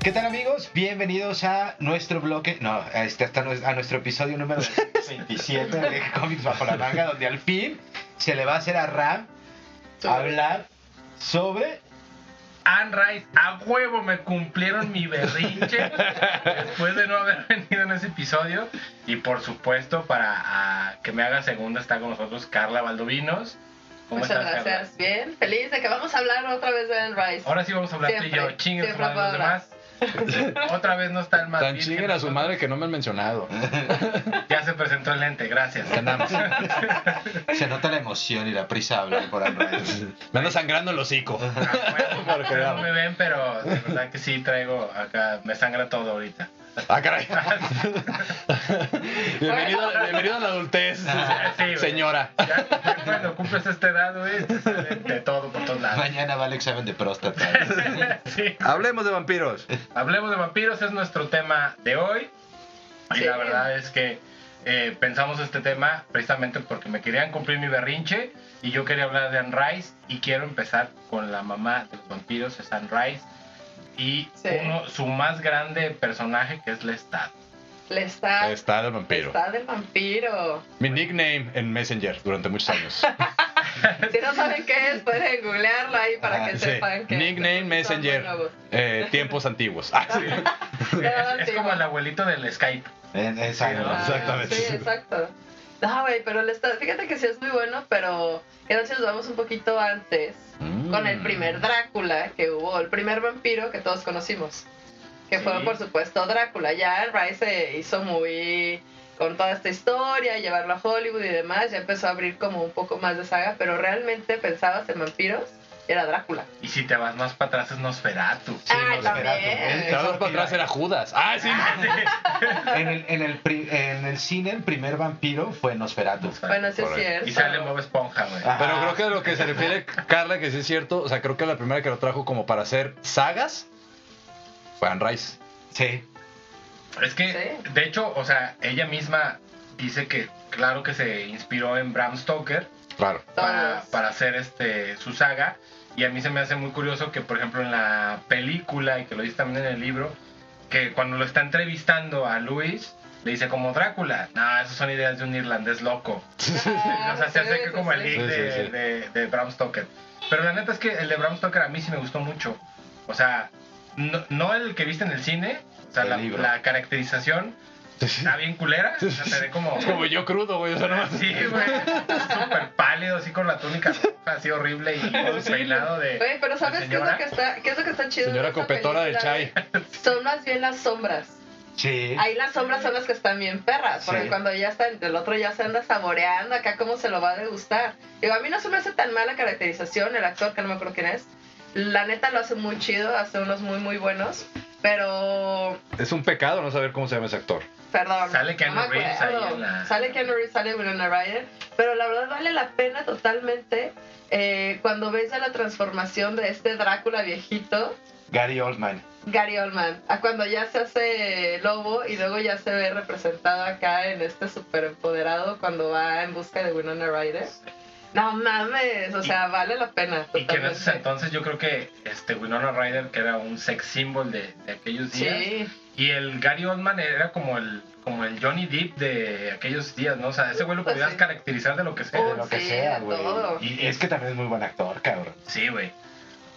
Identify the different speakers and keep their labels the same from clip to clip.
Speaker 1: ¿Qué tal amigos? Bienvenidos a nuestro bloque, no, a, este, hasta nue- a nuestro episodio número 27 de Comics Bajo la Manga, donde al fin se le va a hacer a Ram hablar sobre...
Speaker 2: Unrise, a huevo me cumplieron mi berrinche después de no haber venido en ese episodio. Y por supuesto, para ah, que me haga segunda, está con nosotros Carla Valdovinos. ¿Cómo
Speaker 3: Muchas
Speaker 2: estás, Carla?
Speaker 3: gracias. Bien, feliz de que vamos a hablar otra vez de Enrise.
Speaker 2: Ahora sí vamos a hablar tú y yo.
Speaker 3: Siempre,
Speaker 2: Chinguen a su
Speaker 3: siempre
Speaker 2: madre los demás. Otra vez no está el más
Speaker 4: Tan
Speaker 2: virgen
Speaker 4: chinguen
Speaker 2: de
Speaker 4: a su
Speaker 2: nosotros.
Speaker 4: madre que no me han mencionado.
Speaker 2: Ya se presentó el lente, gracias.
Speaker 1: Andamos. Se nota la emoción y la prisa de hablar por Android.
Speaker 4: Me anda sangrando el hocico.
Speaker 2: A huevo,
Speaker 4: Por
Speaker 2: ustedes
Speaker 4: crear.
Speaker 2: no me ven, pero de verdad que sí traigo acá, me sangra todo ahorita.
Speaker 4: Ah, caray. bienvenido, bienvenido a la adultez,
Speaker 2: sí, güey.
Speaker 4: señora.
Speaker 2: Ya, ya cuando cumples esta edad, güey, te sale de todo por todos lados.
Speaker 1: Mañana va el examen de próstata.
Speaker 2: Sí.
Speaker 4: Hablemos de vampiros.
Speaker 2: Hablemos de vampiros, es nuestro tema de hoy. Y
Speaker 3: Sí.
Speaker 2: la verdad es que eh, pensamos este tema precisamente porque me querían cumplir mi berrinche y yo quería hablar de Anne Rice y quiero empezar con la mamá de los vampiros, es Anne Rice. Y
Speaker 3: Sí.
Speaker 2: uno, su más grande personaje que es Lestat.
Speaker 3: Le está,
Speaker 4: Está el vampiro.
Speaker 3: está del vampiro.
Speaker 4: Mi nickname en Messenger durante muchos años.
Speaker 3: Si no saben qué es, pueden googlearlo ahí para
Speaker 1: Ah,
Speaker 3: que
Speaker 4: Sí.
Speaker 3: sepan que
Speaker 4: Nickname
Speaker 3: son
Speaker 4: Messenger.
Speaker 3: nuevos.
Speaker 4: Eh, tiempos antiguos. Ah, sí.
Speaker 3: Pero
Speaker 2: Es, es
Speaker 3: Ah, sí,
Speaker 2: como
Speaker 3: va.
Speaker 2: el abuelito del Skype.
Speaker 1: En-
Speaker 3: Ah,
Speaker 1: Exacto.
Speaker 4: Exactamente.
Speaker 3: Sí, exacto. No, güey, pero le está, fíjate que sí es muy bueno, pero ¿qué tal si nos vamos un poquito antes con
Speaker 2: Mm.
Speaker 3: el primer Drácula que hubo, el primer vampiro que todos conocimos? Que fue,
Speaker 2: Sí.
Speaker 3: por supuesto, Drácula. Ya Rice se hizo muy con toda esta historia, llevarlo a Hollywood y demás, ya empezó a abrir como un poco más de saga, pero realmente pensabas en vampiros, era Drácula.
Speaker 2: Y si te vas más para atrás es Nosferatu.
Speaker 1: Sí,
Speaker 3: Ay,
Speaker 1: Nosferatu.
Speaker 3: también.
Speaker 4: Mm. Te vas para atrás era Judas. Ah, sí.
Speaker 1: En el, en, el pri- en el cine, el primer vampiro fue Nosferatu.
Speaker 3: Bueno, sí es
Speaker 4: Correcto.
Speaker 3: cierto.
Speaker 2: Ah, Y sale Bob Esponja, güey.
Speaker 1: Ah.
Speaker 4: Pero creo que a lo que se refiere Carla, que sí es cierto, o sea, creo que la primera que lo trajo como para hacer sagas fue Anne Rice.
Speaker 1: Sí.
Speaker 2: Es que,
Speaker 3: Sí.
Speaker 2: de hecho, o sea, ella misma dice que, claro que se inspiró en Bram Stoker
Speaker 4: Claro.
Speaker 2: para,
Speaker 3: Todos.
Speaker 2: para hacer este su saga. Y a mí se me hace muy curioso que, por ejemplo, en la película, y que lo dice también en el libro, que cuando lo está entrevistando a Luis, le dice como Drácula. No, esas son ideas de un irlandés loco.
Speaker 3: Ah,
Speaker 2: o sea, se
Speaker 3: sí,
Speaker 2: hace que
Speaker 3: sí,
Speaker 2: como el
Speaker 3: sí.
Speaker 2: leak
Speaker 4: Sí, sí,
Speaker 2: de,
Speaker 4: sí.
Speaker 2: de- de Bram Stoker. Pero la neta es que el de Bram Stoker a mí sí me gustó mucho. O sea, no, no el que viste en el cine, o sea,
Speaker 1: El
Speaker 2: la,
Speaker 1: libro.
Speaker 2: la caracterización está bien culera. O sea, te ve como.
Speaker 4: Es como yo crudo, güey. O sea, no
Speaker 2: Sí, güey. Súper pálido, así con la túnica roja, así horrible y con su peinado de.
Speaker 3: Güey, pero ¿sabes qué es, lo
Speaker 2: señora?
Speaker 3: que está, qué es lo que está chido? de
Speaker 4: Señora
Speaker 3: esa
Speaker 4: copetora del
Speaker 3: película, ¿eh?
Speaker 4: chai.
Speaker 3: güey? Son más bien las sombras.
Speaker 1: Sí.
Speaker 3: Ahí las sombras son las que están bien perras, porque
Speaker 1: Sí.
Speaker 3: cuando ya están, el otro ya se anda saboreando acá cómo se lo va a degustar. Digo, a mí no se me hace tan mala caracterización el actor, que no me acuerdo quién es. La neta lo hace muy chido, hace unos muy, muy buenos, pero...
Speaker 4: Es un pecado no saber cómo se llama ese actor.
Speaker 3: Perdón.
Speaker 2: Sale Keanu
Speaker 3: me
Speaker 2: Reeves ahí
Speaker 3: acuerdo.
Speaker 2: en la-
Speaker 3: Sale Keanu Reeves, sale Winona Ryder, pero la verdad vale la pena totalmente eh, cuando ves ya la transformación de este Drácula viejito.
Speaker 1: Gary Oldman.
Speaker 3: Gary Oldman, a cuando ya se hace lobo y luego ya se ve representado acá en este super empoderado cuando va en busca de Winona Ryder. No mames, o sea, vale la pena.
Speaker 2: Y que en esos
Speaker 3: totalmente.
Speaker 2: entonces yo creo que este Winona Ryder, que era un sex symbol de, de aquellos días.
Speaker 3: Sí,
Speaker 2: Y el Gary Oldman era como el como el Johnny Depp de aquellos días, ¿no? O sea, ese güey lo
Speaker 3: Pues
Speaker 2: podías
Speaker 3: sí.
Speaker 2: caracterizar de lo que sea.
Speaker 1: De lo que
Speaker 3: Sí,
Speaker 1: sea,
Speaker 3: de
Speaker 1: güey.
Speaker 3: todo.
Speaker 1: Y es que también es muy buen actor, cabrón.
Speaker 2: Sí, güey.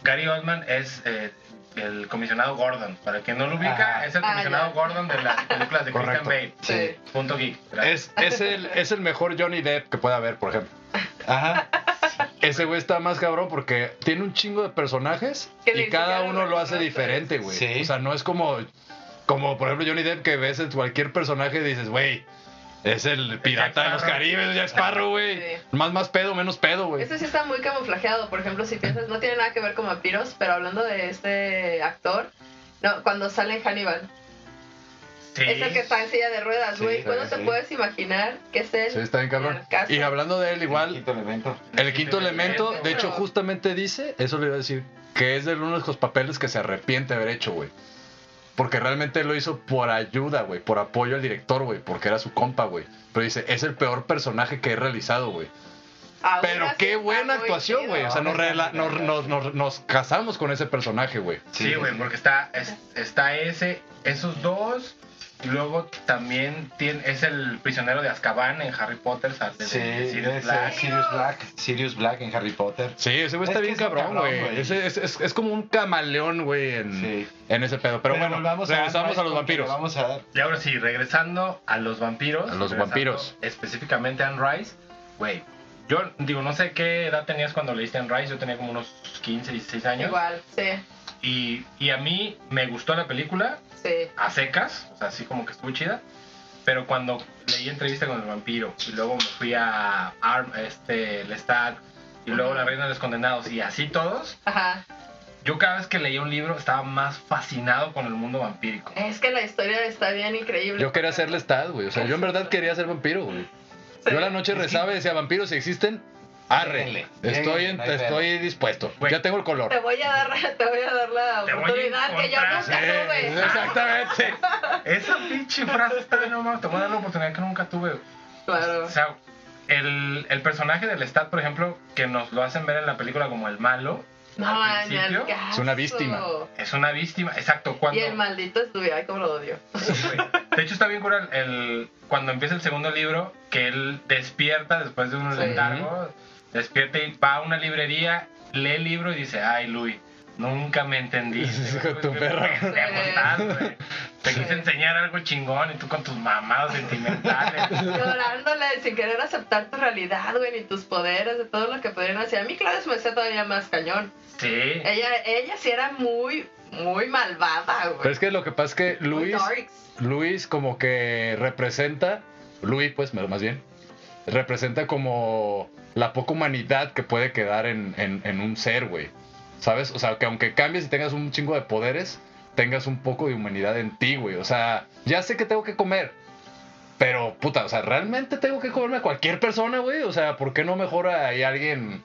Speaker 2: Gary Oldman es eh, el comisionado Gordon. Para el que no lo ubica,
Speaker 1: Ajá.
Speaker 2: es el
Speaker 3: Ah,
Speaker 2: comisionado
Speaker 3: ya.
Speaker 2: Gordon de las películas de Christian
Speaker 4: Correcto.
Speaker 2: Bale.
Speaker 3: sí.
Speaker 2: Punto geek. Gracias.
Speaker 4: Es, es, el, es el mejor Johnny Depp que pueda haber, por ejemplo.
Speaker 1: Ajá.
Speaker 4: Ese güey está más cabrón porque tiene un chingo de personajes
Speaker 3: Que ni
Speaker 4: y cada
Speaker 3: siquiera
Speaker 4: uno lo
Speaker 3: reconoces.
Speaker 4: hace diferente, güey.
Speaker 1: Sí.
Speaker 4: O sea, no es como, como por ejemplo Johnny Depp que ves en cualquier personaje y dices, güey, es el pirata de los
Speaker 2: Sparrow.
Speaker 4: Caribes, Jack Sparrow, güey.
Speaker 3: Sí.
Speaker 4: Más, más pedo, menos pedo, güey.
Speaker 3: Este sí está muy camuflajeado, por ejemplo, si piensas, no tiene nada que ver con vampiros, pero hablando de este actor, no, cuando sale en Hannibal,
Speaker 2: Sí.
Speaker 3: es el que está en silla de ruedas,
Speaker 1: Sí,
Speaker 3: güey, ¿cuándo
Speaker 1: sí,
Speaker 3: te
Speaker 1: sí.
Speaker 3: puedes imaginar que es él?
Speaker 4: Sí, está bien cabrón.
Speaker 3: En el caso.
Speaker 4: Y hablando de él, igual,
Speaker 1: Quinto elemento.
Speaker 4: el quinto elemento, de hecho,
Speaker 3: Pero-
Speaker 4: justamente dice, eso le iba a decir, que es de uno de los papeles que se arrepiente de haber hecho, güey. Porque realmente lo hizo por ayuda, güey, por apoyo al director, güey, porque era su compa, güey. Pero dice, es el peor personaje que he realizado, güey.
Speaker 3: Aún
Speaker 4: Pero
Speaker 3: así
Speaker 4: qué
Speaker 3: está
Speaker 4: buena
Speaker 3: muy
Speaker 4: actuación,
Speaker 3: chido.
Speaker 4: güey. O sea, nos, rela- nos, nos, nos- nos casamos con ese personaje, güey.
Speaker 2: Sí, güey, porque está, es- está ese, esos dos. y Luego también tiene, es el prisionero de Azkaban en Harry Potter. o sea, de- de-
Speaker 1: Sí,
Speaker 2: de Sirius
Speaker 1: ese,
Speaker 2: Black.
Speaker 1: Sirius Black. Sirius Black en Harry Potter.
Speaker 4: Sí, ese güey
Speaker 1: Es
Speaker 4: está
Speaker 1: que
Speaker 4: bien
Speaker 1: es un
Speaker 4: cabrón,
Speaker 1: cabrón,
Speaker 4: güey.
Speaker 1: güey.
Speaker 4: Ese- Es, es- es como un camaleón, güey, en,
Speaker 1: Sí.
Speaker 4: en ese pedo. Pero, bueno,
Speaker 1: volvamos
Speaker 4: regresamos
Speaker 1: Anne
Speaker 4: a
Speaker 1: porque
Speaker 4: los
Speaker 1: le
Speaker 4: vampiros.
Speaker 1: Vamos a dar.
Speaker 2: Y ahora sí, regresando a los vampiros.
Speaker 4: A los
Speaker 2: regresando
Speaker 4: vampiros.
Speaker 2: Específicamente a Anne Rice. Güey, yo digo, no sé qué edad tenías cuando leíste Anne Rice. Yo tenía como unos 15, 16 años.
Speaker 3: Igual, sí,
Speaker 2: Y, y a mí me gustó la película
Speaker 3: sí.
Speaker 2: a secas. O sea, así como que estuvo chida. Pero cuando leí entrevista con el vampiro y luego me fui a Arm, este, Lestat y luego La Reina de los Condenados y así todos,
Speaker 3: Ajá.
Speaker 2: yo cada vez que leía un libro estaba más fascinado con el mundo vampírico.
Speaker 3: Es que la historia está bien increíble.
Speaker 4: Yo quería ser Lestat, güey. O sea, yo en verdad quería ser vampiro, güey.
Speaker 3: Sí.
Speaker 4: Yo la noche
Speaker 1: Pues
Speaker 4: rezaba y decía, vampiros, si existen, arre.
Speaker 1: Lléguenle,
Speaker 4: Estoy,
Speaker 1: lléguenle,
Speaker 4: en-
Speaker 1: no hay pedo".
Speaker 4: estoy dispuesto.
Speaker 2: Güey.
Speaker 4: Ya tengo el color.
Speaker 3: Te voy a dar, te voy a dar la
Speaker 2: Te voy a
Speaker 3: oportunidad que yo
Speaker 2: encontrar,
Speaker 3: nunca
Speaker 4: Sí,
Speaker 3: tuve.
Speaker 4: exactamente.
Speaker 2: Esa pinche frase está de no mames, te voy a dar la oportunidad que nunca tuve.
Speaker 3: Claro.
Speaker 2: O sea, el, el personaje del Stat, por ejemplo, que nos lo hacen ver en la película como el malo,
Speaker 3: No,
Speaker 2: al
Speaker 3: en el
Speaker 2: principio,
Speaker 3: caso.
Speaker 4: es una víctima.
Speaker 2: es una víctima. Exacto, cuando.
Speaker 3: Y el maldito estuviera, ay, como lo odio.
Speaker 2: Sí, güey. De hecho, está bien cura el, el- cuando empieza el segundo libro, que él despierta después de un
Speaker 3: Sí.
Speaker 2: letargo, despierta y va a una librería, lee el libro y dice, ay, Luis, nunca me entendiste.
Speaker 4: Hijo de tu
Speaker 2: güey,
Speaker 4: perra".
Speaker 2: ¿por qué te acostás, güey? Te quise enseñar algo chingón y tú con tus mamadas sentimentales.
Speaker 3: Llorándole sin querer aceptar tu realidad, güey, ni tus poderes, de todo lo que podrían hacer. A mí, claro, se me hacía todavía más cañón.
Speaker 2: Sí.
Speaker 3: Ella, ella sí era muy, muy malvada,
Speaker 4: Pero
Speaker 3: güey.
Speaker 4: es que lo que pasa es que
Speaker 3: Muy
Speaker 4: Luis,
Speaker 3: darks.
Speaker 4: Luis como que representa, Luis pues más bien, representa como la poca humanidad que puede quedar en, en- en un ser, güey. ¿Sabes? O sea, que aunque cambies y tengas un chingo de poderes, tengas un poco de humanidad en ti, güey. O sea, ya sé que tengo que comer. Pero, puta, o sea, ¿realmente tengo que comerme a cualquier persona, güey? O sea, ¿por qué no mejora hay alguien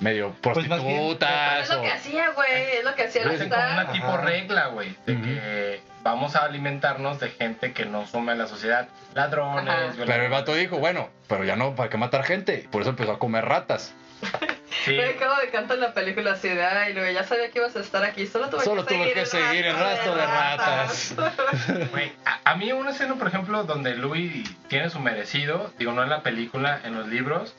Speaker 4: medio
Speaker 1: Pues más bien,
Speaker 4: prostitutas
Speaker 3: Es lo
Speaker 4: o-
Speaker 3: que hacía, güey. Es lo que hacía.
Speaker 2: Hacen como una
Speaker 3: la
Speaker 2: tipo
Speaker 1: Ajá.
Speaker 2: regla, güey, de
Speaker 4: Ujú.
Speaker 2: que vamos a alimentarnos de gente que no suma a la sociedad. Ladrones,
Speaker 3: Ajá.
Speaker 2: violadores.
Speaker 4: Pero el vato dijo, bueno, pero ya no, ¿para qué matar gente? Por eso empezó a comer ratas.
Speaker 2: Sí.
Speaker 3: Me acabo de cantar la película así de, ay, luego ya sabía que ibas a estar aquí. Solo tuve
Speaker 4: Solo
Speaker 3: que
Speaker 4: tuve
Speaker 3: seguir
Speaker 4: que seguir el rastro de ratas.
Speaker 2: Güey, a, a mí una escena, por ejemplo, donde Louis tiene su merecido, digo, no en la película, en los libros,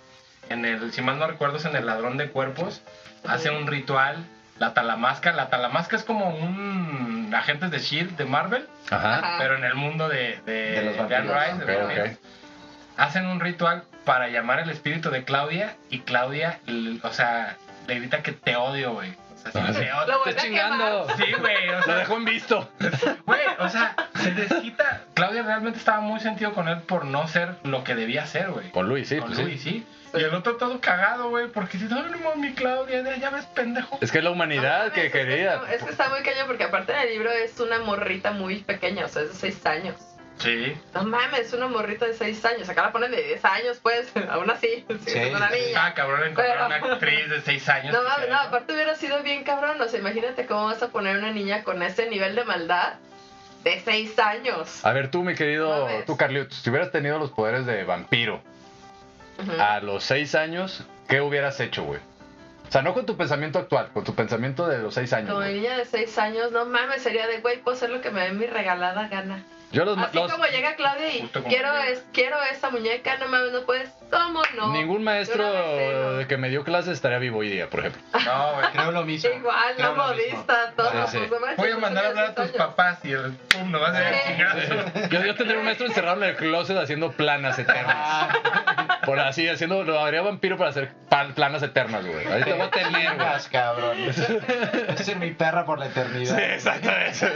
Speaker 2: en el, si mal no recuerdo, es en El Ladrón de Cuerpos, hace un ritual, la talamasca, la talamasca es como un agentes de S.H.I.E.L.D. E de Marvel,
Speaker 4: Ajá.
Speaker 3: Ajá.
Speaker 2: pero en el mundo de, de,
Speaker 1: De los
Speaker 2: de Anne
Speaker 1: vampiros.
Speaker 2: Rice, de
Speaker 4: Ok,
Speaker 2: los
Speaker 4: ok.
Speaker 2: vampiros. Hacen un ritual para llamar el espíritu de Claudia y Claudia, l- o sea, le grita que te odio, güey. O sea, sí, te
Speaker 3: Lo
Speaker 2: odio.
Speaker 3: volvió a quemar.
Speaker 2: Sí, güey, o
Speaker 4: Lo
Speaker 2: sea,
Speaker 4: dejó en visto.
Speaker 2: Güey, o sea, se desquita. Claudia realmente estaba muy sentido con él por no ser lo que debía ser, güey.
Speaker 4: Con Luis, sí,
Speaker 2: Con
Speaker 4: pues
Speaker 2: Luis,
Speaker 4: sí.
Speaker 2: sí. Y el otro todo cagado, güey, porque dice, no, no, no, mi Claudia, ya- ya ves, pendejo.
Speaker 4: Es que es la humanidad
Speaker 3: No,
Speaker 4: que
Speaker 3: es
Speaker 4: quería.
Speaker 3: está- Es que está muy cañón porque aparte del libro es una morrita muy pequeña, o sea, es de 6 años.
Speaker 2: Sí.
Speaker 3: No mames, es una morrita de 6 años. Acá la ponen de 10 años, pues, aún así. Sí,
Speaker 1: Sí.
Speaker 3: es una niña.
Speaker 2: Ah, cabrón, encontrar
Speaker 3: Pero-
Speaker 2: una actriz de seis años.
Speaker 3: No
Speaker 2: que
Speaker 3: mames, no,
Speaker 2: sea-
Speaker 3: aparte hubiera sido bien cabrón. O sea, imagínate cómo vas a poner una niña con ese nivel de maldad de 6 años.
Speaker 4: A ver, tú, mi querido,
Speaker 3: Mames.
Speaker 4: tú, Carlitos, si hubieras tenido los poderes de vampiro
Speaker 3: Ujú.
Speaker 4: a los seis años, ¿qué hubieras hecho, güey? O sea, no con tu pensamiento actual, con tu pensamiento de los seis años.
Speaker 3: Como
Speaker 4: güey.
Speaker 3: niña de 6 años, no mames, sería de, güey, puedo hacer lo que me dé mi regalada gana.
Speaker 4: Yo los,
Speaker 3: Así
Speaker 4: Pues, los-
Speaker 3: como llega Claudia y
Speaker 2: Justo como
Speaker 3: quiero,
Speaker 2: llega.
Speaker 3: es, quiero esta muñeca, no mames, no puedes. ¿Cómo no?
Speaker 4: ningún
Speaker 3: Yo una vez
Speaker 4: maestro
Speaker 3: cero.
Speaker 4: que me dio clases estaría vivo hoy día, por ejemplo.
Speaker 2: No, güey.
Speaker 1: Creo lo mismo.
Speaker 3: Igual, la
Speaker 1: Creo lo mismo.
Speaker 3: modista, todo.
Speaker 4: Ah, sí.
Speaker 3: pues, no manches,
Speaker 2: Voy a
Speaker 3: eso
Speaker 2: mandar a
Speaker 3: tiene
Speaker 2: hablar a tus
Speaker 3: seis años.
Speaker 2: papás y el pum, no vas a ir a
Speaker 3: Sí.
Speaker 2: chingar.
Speaker 4: Yo, yo tendría un maestro encerrado en el closet haciendo planas eternas. Por así, haciendo, lo habría vampiro para hacer pa- planas eternas, güey. Ahí te voy a tener, güey.
Speaker 1: Chingas, cabrón. Voy a ser mi perra por la eternidad.
Speaker 4: Sí,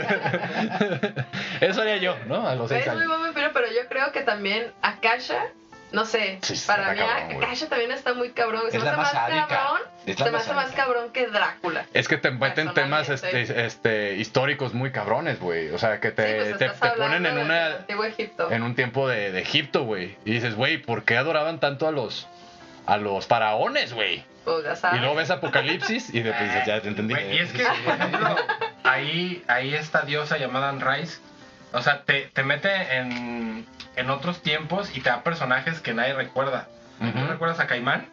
Speaker 4: exactamente. Eso haría yo, ¿no? A los seis
Speaker 3: Es muy
Speaker 4: años.
Speaker 3: buen vampiro, pero yo creo que también Akasha, no sé,
Speaker 4: Sí, está
Speaker 3: para mí
Speaker 4: cabrón, güey.
Speaker 3: Akasha también está muy cabrón. Se
Speaker 1: Es
Speaker 3: me
Speaker 1: la
Speaker 3: hace
Speaker 1: más
Speaker 3: más
Speaker 1: sádica.
Speaker 3: cabrón.
Speaker 1: Es la
Speaker 3: Se me
Speaker 1: más
Speaker 3: hace más
Speaker 1: sádica.
Speaker 3: cabrón que Drácula.
Speaker 4: Es que te meten temas
Speaker 3: Personalmente.
Speaker 4: este, este, históricos muy cabrones, güey. O sea, que
Speaker 3: Sí,
Speaker 4: te,
Speaker 3: pues
Speaker 4: te-
Speaker 3: estás
Speaker 4: te ponen en,
Speaker 3: hablando del
Speaker 4: una,
Speaker 3: Antiguo Egipto.
Speaker 4: en un tiempo de, de Egipto, güey. Y dices, güey, ¿por qué adoraban tanto a los, a los faraones, güey?
Speaker 3: Pues ya
Speaker 4: Y
Speaker 3: sabes.
Speaker 4: luego ves Apocalipsis y después dices, ya te entendí.
Speaker 2: Güey, Y es que, por ejemplo, ahí, ahí esta diosa llamada Anne Rice, o sea, te, te mete en, en otros tiempos y te da personajes que nadie recuerda. ¿No
Speaker 4: Ujú.
Speaker 2: recuerdas a Caimán?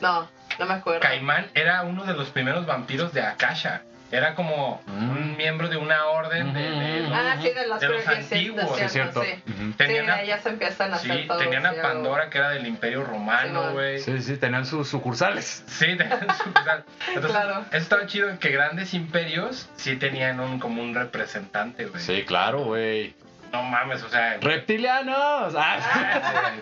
Speaker 3: No, no me acuerdo.
Speaker 2: Caimán era uno de los primeros vampiros de Akasha. Era como
Speaker 4: Mm.
Speaker 2: un miembro de una orden de... de-
Speaker 4: Ujú.
Speaker 3: Ah, sí, de las
Speaker 2: De los
Speaker 3: previas, sí,
Speaker 2: antiguos.
Speaker 4: Sí, es cierto.
Speaker 3: Sí,
Speaker 4: Ujú.
Speaker 2: Tenían
Speaker 3: Sí,
Speaker 2: a-
Speaker 3: ahí ya se empiezan a hacer
Speaker 2: sí,
Speaker 3: todo.
Speaker 2: tenían
Speaker 3: sí,
Speaker 2: a
Speaker 3: o-
Speaker 2: Pandora, que era del Imperio Romano,
Speaker 3: Simón.
Speaker 2: güey.
Speaker 4: Sí, sí, tenían sus sucursales.
Speaker 2: Sí, tenían su sucursal. Entonces,
Speaker 3: Claro.
Speaker 2: eso estaba chido que grandes imperios sí tenían un, como un representante, güey.
Speaker 4: Sí, claro, güey.
Speaker 2: No mames, o sea.
Speaker 4: ¡Reptilianos! Ah.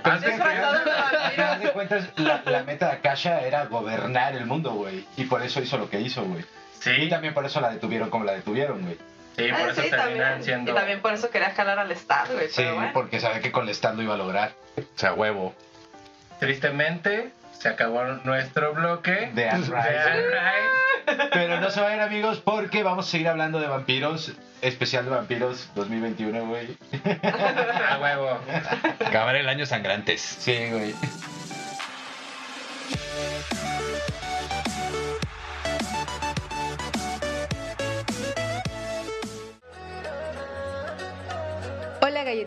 Speaker 1: Pero
Speaker 2: Haz de
Speaker 3: Disfrazado
Speaker 2: cuenta-
Speaker 3: de vampiro.
Speaker 1: Al final de cuentas, la, la meta de Akasha era gobernar el mundo, güey. Y por eso hizo lo que hizo, güey. Y
Speaker 2: Sí,
Speaker 1: también por eso la detuvieron como la detuvieron, güey.
Speaker 2: sí, por
Speaker 3: Ah,
Speaker 2: eso
Speaker 3: sí,
Speaker 2: terminan
Speaker 3: también.
Speaker 2: siendo.
Speaker 3: Y también por eso quería jalar al Estado, güey.
Speaker 1: Sí,
Speaker 3: pero bueno.
Speaker 1: porque sabía que con el stand lo iba a lograr.
Speaker 4: O sea, huevo.
Speaker 2: Tristemente, se acabó nuestro bloque.
Speaker 1: De Anne
Speaker 2: De
Speaker 1: Rice.
Speaker 2: Anne Rice.
Speaker 1: Pero no se vayan, amigos, porque vamos a seguir hablando de vampiros. Especial de vampiros 2021, güey.
Speaker 2: A huevo.
Speaker 4: Acabar el año sangrantes.
Speaker 1: Sí, güey.
Speaker 5: Hola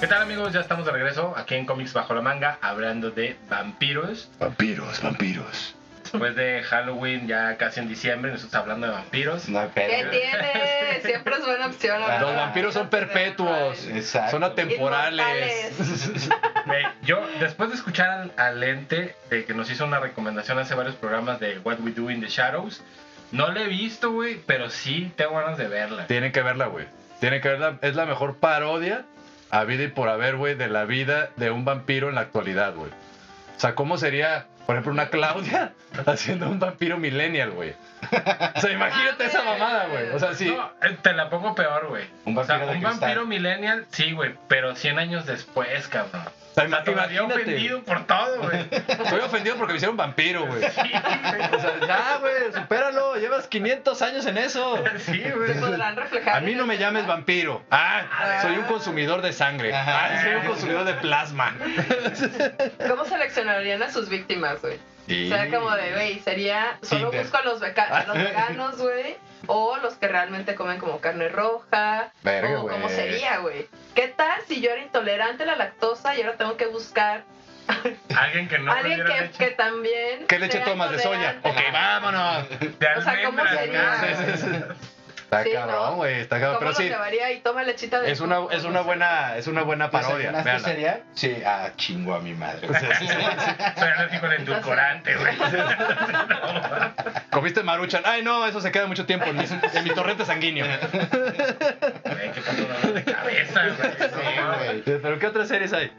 Speaker 2: ¿Qué tal, amigos? Ya estamos de regreso aquí en Comics Bajo la Manga hablando de vampiros.
Speaker 1: Vampiros, vampiros.
Speaker 2: Después de Halloween, ya casi en diciembre, nos estamos hablando de vampiros.
Speaker 1: No hay
Speaker 3: ¿Qué
Speaker 1: pedo.
Speaker 3: tiene? Siempre es buena opción.
Speaker 1: Ah,
Speaker 4: Los
Speaker 3: amigo.
Speaker 4: vampiros son perpetuos.
Speaker 1: Exacto.
Speaker 4: Son atemporales.
Speaker 3: Inmortales.
Speaker 2: Güey, yo, después de escuchar al, al ente de que nos hizo una recomendación hace varios programas de What We Do in the Shadows, no la he visto, güey, pero sí tengo ganas de verla.
Speaker 4: Tienen que verla, güey. Tienen que verla. Es la mejor parodia a vida y por haber, güey, de la vida de un vampiro en la actualidad, güey. O sea, ¿cómo sería, por ejemplo, una Claudia haciendo un vampiro millennial, güey? O sea, imagínate esa mamada, güey. O sea, sí.
Speaker 2: No, eh, te la pongo peor, güey.
Speaker 1: Un
Speaker 2: O sea,
Speaker 1: vampiro de
Speaker 2: un
Speaker 1: cristal.
Speaker 2: vampiro millennial, sí, güey, pero 100 años después, cabrón.
Speaker 4: O
Speaker 2: O
Speaker 4: sea,
Speaker 2: sea, todavía
Speaker 4: imagínate.
Speaker 2: ofendido por todo, güey.
Speaker 4: Estoy ofendido porque me hicieron vampiro, güey.
Speaker 2: Sí, güey.
Speaker 4: O sea, ya, güey, supéralo. Llevas 500 años en eso.
Speaker 2: Sí,
Speaker 3: Se
Speaker 2: güey.
Speaker 3: pues, podrán reflejar.
Speaker 4: A mí no me llames vampiro. Ah, soy un consumidor de sangre. Ah, soy un consumidor de plasma.
Speaker 3: ¿Cómo seleccionarían a sus víctimas, güey?
Speaker 4: Sí.
Speaker 3: O sea, como de, güey, sería. Solo
Speaker 1: Tinder.
Speaker 3: busco a los, veca- a los veganos, güey. O los que realmente comen como carne roja.
Speaker 4: Verga,
Speaker 3: o
Speaker 4: güey.
Speaker 3: ¿Cómo sería, güey? ¿Qué tal si yo era intolerante a la lactosa y ahora tengo que buscar
Speaker 2: Alguien que no
Speaker 3: a alguien
Speaker 2: tuviera
Speaker 3: que, que también.
Speaker 4: ¿Qué leche
Speaker 3: sea
Speaker 4: tomas de soya?
Speaker 3: intolerante?
Speaker 4: Ok, vámonos.
Speaker 2: De
Speaker 3: o sea, ¿cómo
Speaker 2: almendras,
Speaker 3: sería?
Speaker 2: güey.
Speaker 4: Sí, sí, sí. Está
Speaker 3: Sí,
Speaker 4: cabrón,
Speaker 3: ¿no?
Speaker 4: güey, está
Speaker 3: ¿Cómo
Speaker 4: cabrón. Pero
Speaker 3: lo
Speaker 4: sí,
Speaker 3: llevaría y toma lechita de
Speaker 4: es una,
Speaker 3: coco?
Speaker 4: es
Speaker 3: No
Speaker 4: una
Speaker 3: sé.
Speaker 4: buena, es una buena
Speaker 1: Pues
Speaker 4: parodia.
Speaker 1: ¿Desayunaste
Speaker 4: véanla.
Speaker 1: cereal? Sí, ah, chingo a mi madre.
Speaker 2: Soy alérgico al endulcorante, güey.
Speaker 4: Comiste maruchan. Ay, no, eso se queda mucho tiempo en mi, en mi torrente sanguíneo.
Speaker 2: Güey, qué puto dolor de cabeza, güey.
Speaker 1: Sí,
Speaker 2: No,
Speaker 1: güey.
Speaker 4: Pero ¿qué otras series hay?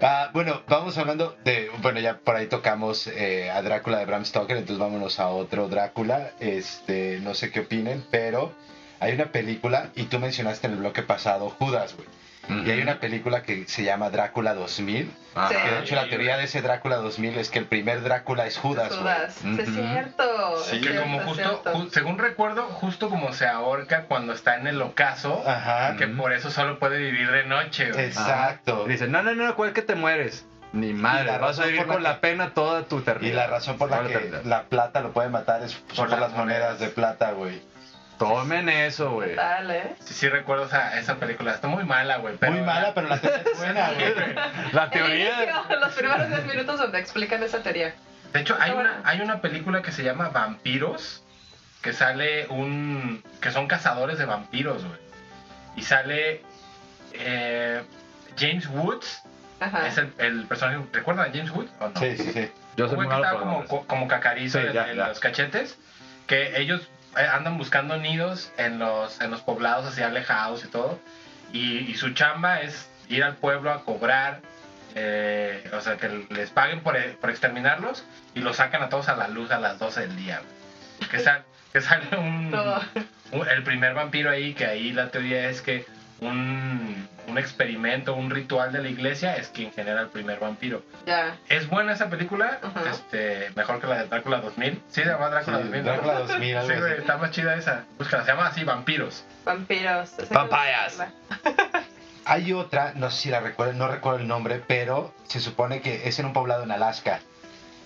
Speaker 1: Ah, bueno, vamos hablando de. Bueno, ya por ahí tocamos eh, a Drácula de Bram Stoker, entonces vámonos a otro Drácula. Este, no sé qué opinen, pero hay una película, y tú mencionaste en el bloque pasado Judas, güey. Y hay una película que se llama Drácula 2000.
Speaker 4: Ah,
Speaker 3: Sí.
Speaker 1: Que de hecho, la
Speaker 2: Sí,
Speaker 1: teoría de ese Drácula 2000 es que el primer Drácula es Judas, güey.
Speaker 3: Sudas. Sí,
Speaker 4: Ujú.
Speaker 3: es cierto.
Speaker 1: Sí,
Speaker 3: es
Speaker 2: Que
Speaker 3: cierto,
Speaker 2: como
Speaker 3: es
Speaker 2: justo,
Speaker 3: cierto.
Speaker 2: ju- según recuerdo, justo como se ahorca cuando está en el ocaso,
Speaker 1: Ajá.
Speaker 2: que por eso solo puede vivir de noche, güey.
Speaker 1: Exacto.
Speaker 4: Dice, no, no, no, ¿cuál que te mueres? Ni
Speaker 1: Y la
Speaker 4: madre, vas
Speaker 1: razón
Speaker 4: a vivir
Speaker 1: por la
Speaker 4: con la
Speaker 1: que-
Speaker 4: pena toda tu
Speaker 1: Y
Speaker 4: eternidad.
Speaker 1: la razón por
Speaker 4: Toda
Speaker 1: la que
Speaker 4: eternidad.
Speaker 1: la plata lo puede matar es son por,
Speaker 2: las
Speaker 1: las monedas
Speaker 2: monedas.
Speaker 1: de plata, güey.
Speaker 4: Tomen eso, güey.
Speaker 3: Total, ¿eh?
Speaker 2: Sí, sí recuerdo esa, esa película, está muy mala, güey. pero-
Speaker 1: Muy mala, pero la teoría es buena, güey.
Speaker 4: La
Speaker 3: El
Speaker 4: teoría.
Speaker 3: inicio, los primeros 10 minutos donde explican esa teoría.
Speaker 2: De hecho, hay
Speaker 3: Está
Speaker 2: una,
Speaker 3: buena.
Speaker 2: hay una película que se llama Vampiros, que sale un... que son cazadores de vampiros, güey. Y sale eh, James Woods,
Speaker 3: Ajá.
Speaker 2: es el, el personaje... ¿Recuerdan a James Woods o no?
Speaker 1: Sí, sí, sí.
Speaker 4: Yo soy
Speaker 2: Güey, que
Speaker 4: muy malo
Speaker 2: estaba
Speaker 4: por
Speaker 2: como,
Speaker 4: nombres.
Speaker 2: co- como cacarizo
Speaker 4: pues, Sí,
Speaker 2: en,
Speaker 4: ya,
Speaker 2: en
Speaker 4: ya.
Speaker 2: los cachetes, que ellos eh, andan buscando nidos en los, en los poblados así alejados y todo, y, y su chamba es ir al pueblo a cobrar, eh, o sea, que les paguen por, eh, por exterminarlos, y los sacan a todos a la luz a las 12 del día. güey. Que, sal- que sale un,
Speaker 3: No.
Speaker 2: un- el primer vampiro ahí, que ahí la teoría es que un, un experimento, un ritual de la iglesia, es quien genera el primer vampiro.
Speaker 3: Ya.
Speaker 2: Es buena esa película,
Speaker 3: Ajá.
Speaker 2: este, mejor que la de Drácula 2000. Sí, se llama Drácula 2000. ¿no?
Speaker 1: Drácula 2000, algo
Speaker 2: Sí, güey,
Speaker 1: así.
Speaker 2: está más chida esa. Búscala, se llama así, Vampiros.
Speaker 3: Vampiros.
Speaker 1: Papayas. Hay otra, no sé si la recuerdo, no recuerdo el nombre, pero se supone que es en un poblado en Alaska.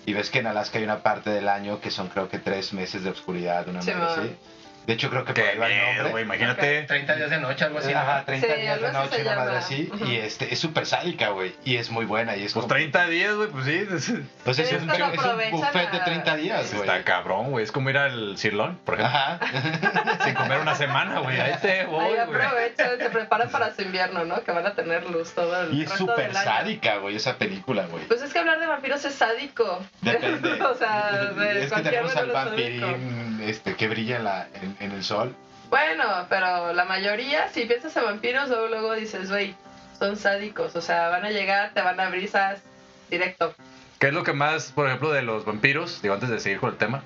Speaker 1: Y ves que en Alaska hay una parte del año que son creo que tres meses de oscuridad, una
Speaker 3: Sí,
Speaker 1: madre
Speaker 3: va.
Speaker 1: así. De hecho creo que por ahí va el
Speaker 4: miedo,
Speaker 1: nombre.
Speaker 4: güey, imagínate.
Speaker 2: 30 días de noche, algo así.
Speaker 1: Ajá, 30
Speaker 3: Sí,
Speaker 1: días
Speaker 3: algo
Speaker 1: de
Speaker 3: así se
Speaker 1: noche, una madre
Speaker 3: llama.
Speaker 1: así.
Speaker 3: Ujú.
Speaker 1: Y este, es súper sádica, güey. Y es muy buena. Y es
Speaker 4: Pues
Speaker 1: como-
Speaker 4: 30 días, güey, pues sí.
Speaker 1: Pues es,
Speaker 3: Pero
Speaker 1: un,
Speaker 3: estos
Speaker 1: es un
Speaker 3: aprovechan
Speaker 1: buffet de
Speaker 3: a-
Speaker 1: 30 días, güey.
Speaker 4: Está cabrón, güey. Es como ir al cirlón, por ejemplo.
Speaker 1: Ajá.
Speaker 4: Sin comer una semana, güey. Ahí te voy,
Speaker 3: Ahí
Speaker 4: güey.
Speaker 3: aprovecha, se prepara para su invierno, ¿no? Que van a tener luz todo el
Speaker 1: Y es
Speaker 3: resto
Speaker 1: súper
Speaker 3: del año.
Speaker 1: sádica, güey, esa película, güey.
Speaker 3: Pues es que hablar de vampiros es sádico.
Speaker 1: Depende.
Speaker 3: o sea, de
Speaker 1: es que
Speaker 3: cualquier
Speaker 1: tenemos al
Speaker 3: menos sádico.
Speaker 1: vampirín este, que brilla en, la, en, en el sol.
Speaker 3: Bueno, pero la mayoría, si piensas en vampiros, luego, luego dices, güey, son sádicos. O sea, van a llegar, te van a brisas directo.
Speaker 4: ¿Qué es lo que más, por ejemplo, de los vampiros? Digo, antes de seguir con el tema.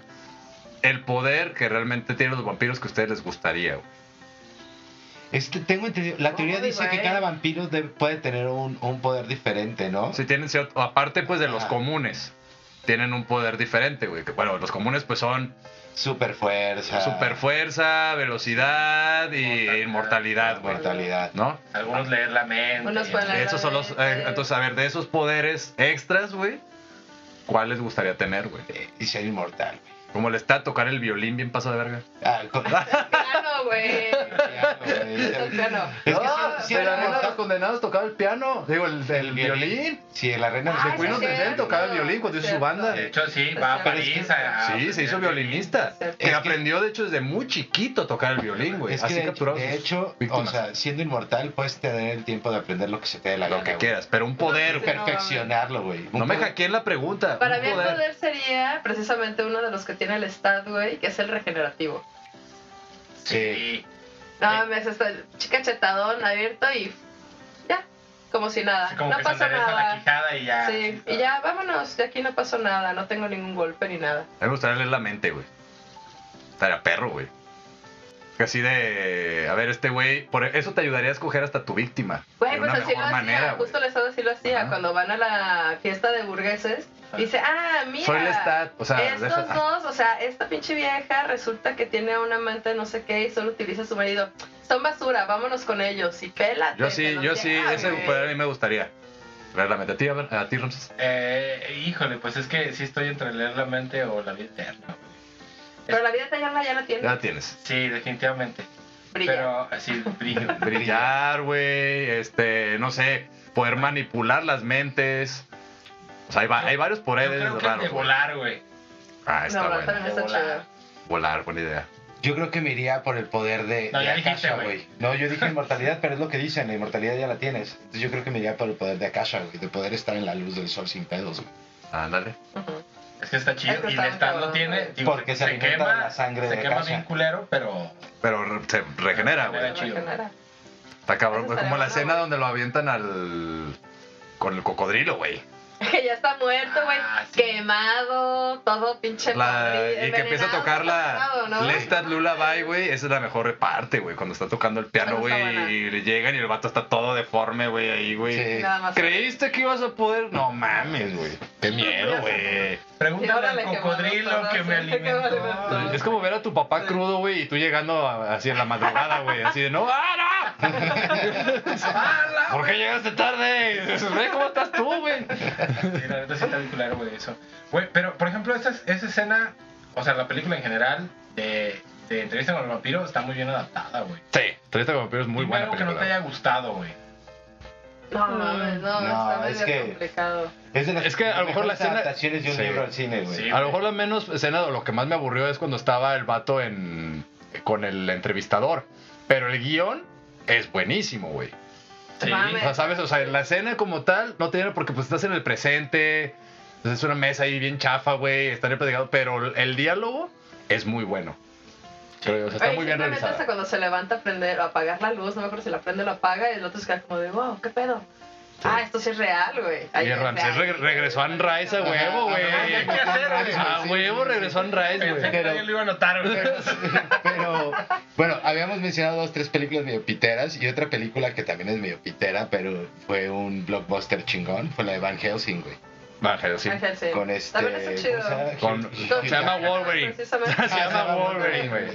Speaker 4: El poder que realmente tienen los vampiros que a ustedes les gustaría, güey.
Speaker 1: Este, tengo entendido, la teoría
Speaker 3: Uy,
Speaker 1: dice que
Speaker 3: güey.
Speaker 1: cada vampiro de- puede tener un, un poder diferente, ¿no?
Speaker 4: Si tienen cierto, aparte pues de los
Speaker 1: Ajá.
Speaker 4: comunes, tienen un poder diferente, güey. Que, Bueno, los comunes pues son
Speaker 1: Super fuerza.
Speaker 4: super fuerza, velocidad y
Speaker 2: Mortalidad.
Speaker 4: inmortalidad, güey.
Speaker 1: Mortalidad.
Speaker 4: ¿no?
Speaker 2: Algunos leer la mente.
Speaker 3: Unos pueden leer-
Speaker 4: Esos son los, eh, entonces a ver, de esos poderes extras, güey, ¿cuál les gustaría tener, güey?
Speaker 1: Eh, Y ser inmortal.
Speaker 4: Como le está a tocar el violín bien paso de verga.
Speaker 1: Ah, con-
Speaker 3: Claro, güey.
Speaker 1: es
Speaker 3: Claro.
Speaker 1: que sí, sí era inmortal.
Speaker 4: condenados tocaba el piano, digo, el,
Speaker 1: Sí, la reina de los
Speaker 3: Ah, sí,
Speaker 1: Circuitos.
Speaker 3: sí. cierto, cierto.
Speaker 2: De hecho, sí,
Speaker 3: Pues, Es
Speaker 2: va a
Speaker 3: cierto.
Speaker 2: París. a-
Speaker 4: Sí, se hizo violinista.
Speaker 3: Ah, pues Es cierto.
Speaker 4: Que
Speaker 1: Es que-
Speaker 4: aprendió, de hecho, desde muy chiquito a tocar el violín, güey.
Speaker 1: Es que
Speaker 4: Así
Speaker 1: de,
Speaker 4: capturaba
Speaker 1: de
Speaker 4: sus
Speaker 1: hecho,
Speaker 4: víctimas.
Speaker 1: o sea, siendo inmortal puedes tener el tiempo de aprender lo que se te dé la
Speaker 4: lo
Speaker 1: gana,
Speaker 4: que
Speaker 1: güey.
Speaker 4: quieras, pero un poder, güey.
Speaker 1: Perfeccionarlo, güey.
Speaker 4: No me hackeen la pregunta.
Speaker 3: pues, Para
Speaker 4: un
Speaker 3: mí el
Speaker 4: poder.
Speaker 3: poder sería precisamente uno de los que tiene el stat, güey, que es el regenerativo.
Speaker 1: Sí.
Speaker 2: Sí.
Speaker 3: No,
Speaker 2: Sí.
Speaker 3: me hace esta chica chetadón, abierto y ya, como si nada.
Speaker 2: Así como
Speaker 3: Ah, no
Speaker 2: que se
Speaker 3: pasa
Speaker 2: endereza la
Speaker 3: nada.
Speaker 2: quijada y ya.
Speaker 3: Sí, y ya, vámonos, de aquí no pasó nada, no tengo ningún golpe ni nada.
Speaker 4: A mí me gustaría leer la mente, güey. Estaría perro, güey. Que Así de. A ver, este güey. Por eso te ayudaría a escoger hasta tu víctima.
Speaker 3: Güey,
Speaker 4: de
Speaker 3: pues
Speaker 4: una
Speaker 3: así lo
Speaker 4: mejor
Speaker 3: hacía,
Speaker 4: manera, güey.
Speaker 3: justo el Estado así lo hacía,
Speaker 4: Ajá.
Speaker 3: cuando van a la fiesta de burgueses,
Speaker 2: Ajá.
Speaker 3: dice, ah, mira,
Speaker 4: Soy la stat. O sea,
Speaker 3: estos
Speaker 4: deja- ah,
Speaker 3: dos, o sea, esta pinche vieja resulta que tiene a un amante no sé qué y solo utiliza a su marido. Son basura, vámonos con ellos y pélate.
Speaker 4: Yo
Speaker 3: te
Speaker 4: sí,
Speaker 3: los
Speaker 4: yo sí.
Speaker 3: llevan,
Speaker 4: Ese
Speaker 3: Ah, güey.
Speaker 4: poder a mí me gustaría. Leer la mente. A ti, a ver, a ti, Ramses.
Speaker 2: Eh, híjole, pues es que sí estoy entre leer la mente o la vida eterna. güey.
Speaker 3: Pero la vida eterna ya la tiene.
Speaker 4: Ya la tienes.
Speaker 2: Sí, definitivamente.
Speaker 3: brilla.
Speaker 2: Pero así, brillo.
Speaker 4: Brillar, güey. Este, no sé. Poder manipular las mentes. O sea, hay, va- hay varios
Speaker 2: Yo
Speaker 4: poderes
Speaker 2: creo que el de
Speaker 4: raros. güey.
Speaker 2: volar, güey.
Speaker 4: Ah, está
Speaker 3: no,
Speaker 4: bueno.
Speaker 3: también
Speaker 2: De
Speaker 3: está
Speaker 2: volar.
Speaker 3: chido.
Speaker 4: Volar, buena idea.
Speaker 1: Yo creo que me iría por el poder de,
Speaker 2: No,
Speaker 1: de
Speaker 2: ya dijiste,
Speaker 1: Akasha,
Speaker 2: güey.
Speaker 1: güey. No, yo dije inmortalidad, pero es lo que dicen, la inmortalidad ya la tienes. Entonces yo creo que me iría por el poder de Akasha, güey, de poder estar en la luz del sol sin pedos, güey.
Speaker 4: Ándale.
Speaker 3: Ujú.
Speaker 2: Es que está
Speaker 3: Es
Speaker 2: chido.
Speaker 3: que
Speaker 2: Y
Speaker 3: está
Speaker 2: de
Speaker 3: muy
Speaker 2: estar lo
Speaker 3: cabrón,
Speaker 2: tiene.
Speaker 3: güey.
Speaker 2: digo,
Speaker 1: Porque se alimenta de la sangre
Speaker 2: Se
Speaker 1: de
Speaker 2: quema
Speaker 1: Akasha.
Speaker 2: bien culero, pero.
Speaker 4: Pero re- se regenera, güey.
Speaker 2: Está chido.
Speaker 3: Regenera.
Speaker 4: Está cabrón,
Speaker 3: Eso
Speaker 4: güey.
Speaker 3: estaría
Speaker 4: Como
Speaker 3: bueno,
Speaker 4: la escena
Speaker 3: güey.
Speaker 4: donde lo avientan al. con el cocodrilo, güey.
Speaker 3: Que ya está muerto, güey.
Speaker 2: Ah, sí.
Speaker 3: Quemado, todo pinche.
Speaker 4: La-
Speaker 3: podrido,
Speaker 4: Y que empieza
Speaker 3: envenenado,
Speaker 4: a tocar la.
Speaker 3: envenenado, ¿no? Ah,
Speaker 4: Lestat Lullaby, güey. Esa es la mejor parte, güey. Cuando está tocando el piano,
Speaker 3: Esa
Speaker 4: güey.
Speaker 3: está buena.
Speaker 4: Y le llegan y el vato está todo deforme, güey, ahí, güey.
Speaker 1: Sí.
Speaker 3: Nada más.
Speaker 4: ¿Creíste que ibas a poder? No mames, güey. Qué miedo, güey.
Speaker 3: Y
Speaker 2: Pregúntale
Speaker 3: órale,
Speaker 2: al
Speaker 3: que
Speaker 2: cocodrilo
Speaker 3: vamos
Speaker 2: que me
Speaker 3: todos, que
Speaker 2: alimentó.
Speaker 3: vale,
Speaker 4: Es como ver a tu papá crudo, güey, y tú llegando a- así en la madrugada, güey. Así de, no, ¡ah, no!
Speaker 2: ¡Ala!
Speaker 4: ¿Por qué llegaste tarde? Güey, ¿Cómo estás tú, güey?
Speaker 2: Sí, la neta sí está bien culero, güey, eso. Güey, pero, por ejemplo, esa, esa escena, o sea, la película en general de, de Entrevista con el Vampiro está muy bien adaptada, güey.
Speaker 4: Sí, Entrevista con vampiros es muy
Speaker 2: Dime
Speaker 4: buena
Speaker 2: algo que no te
Speaker 4: película.
Speaker 2: haya gustado, güey.
Speaker 3: No mames, no,
Speaker 1: No,
Speaker 3: está
Speaker 1: es
Speaker 3: medio
Speaker 1: que-
Speaker 3: complicado.
Speaker 1: Es de las
Speaker 4: Es que a lo mejor la
Speaker 1: mejores
Speaker 4: escena-
Speaker 1: adaptaciones de un
Speaker 4: Sí.
Speaker 1: libro al cine, güey.
Speaker 2: Sí.
Speaker 4: A lo mejor la menos escena, o lo que más me aburrió es cuando estaba el vato en, con el entrevistador. Pero el guión es buenísimo, güey.
Speaker 2: Sí.
Speaker 4: O
Speaker 3: Mames.
Speaker 4: sea, ¿sabes? O sea, la escena como tal no tiene porque pues estás en el presente, pues, es una mesa ahí bien chafa, güey, están ahí platicando, pero el- el diálogo es muy bueno. Creo yo, o sea, está
Speaker 3: Oye,
Speaker 4: muy bien
Speaker 3: simplemente
Speaker 4: realizado.
Speaker 3: hasta cuando se levanta a prender o apagar la luz, no me acuerdo si la prende o la apaga, y el otro se queda como de, wow, qué pedo. Ah, esto sí es real, güey. Ay,
Speaker 4: Oye, Ramsés
Speaker 3: ay,
Speaker 4: re- regresó a Anrais a huevo, güey.
Speaker 2: Ay, hay que hacer, güey.
Speaker 4: A huevo regresó a Anrais,
Speaker 2: Pensé
Speaker 4: güey.
Speaker 2: que
Speaker 1: Pero-
Speaker 2: nadie lo iba a notar, güey.
Speaker 1: Pero, bueno, habíamos mencionado dos, tres películas medio piteras y otra película que también es medio pitera, pero fue un blockbuster chingón, fue la de Van Helsing, güey.
Speaker 4: Van Helsing.
Speaker 3: Ángel, sí.
Speaker 1: Con este...
Speaker 3: También está chido.
Speaker 1: ¿cómo se llama?
Speaker 4: Con-
Speaker 1: Hugh-
Speaker 4: se llama
Speaker 1: Hugh-
Speaker 4: Wolverine.
Speaker 3: Precisamente.
Speaker 4: Se
Speaker 1: Ah,
Speaker 4: llama Wolverine, güey.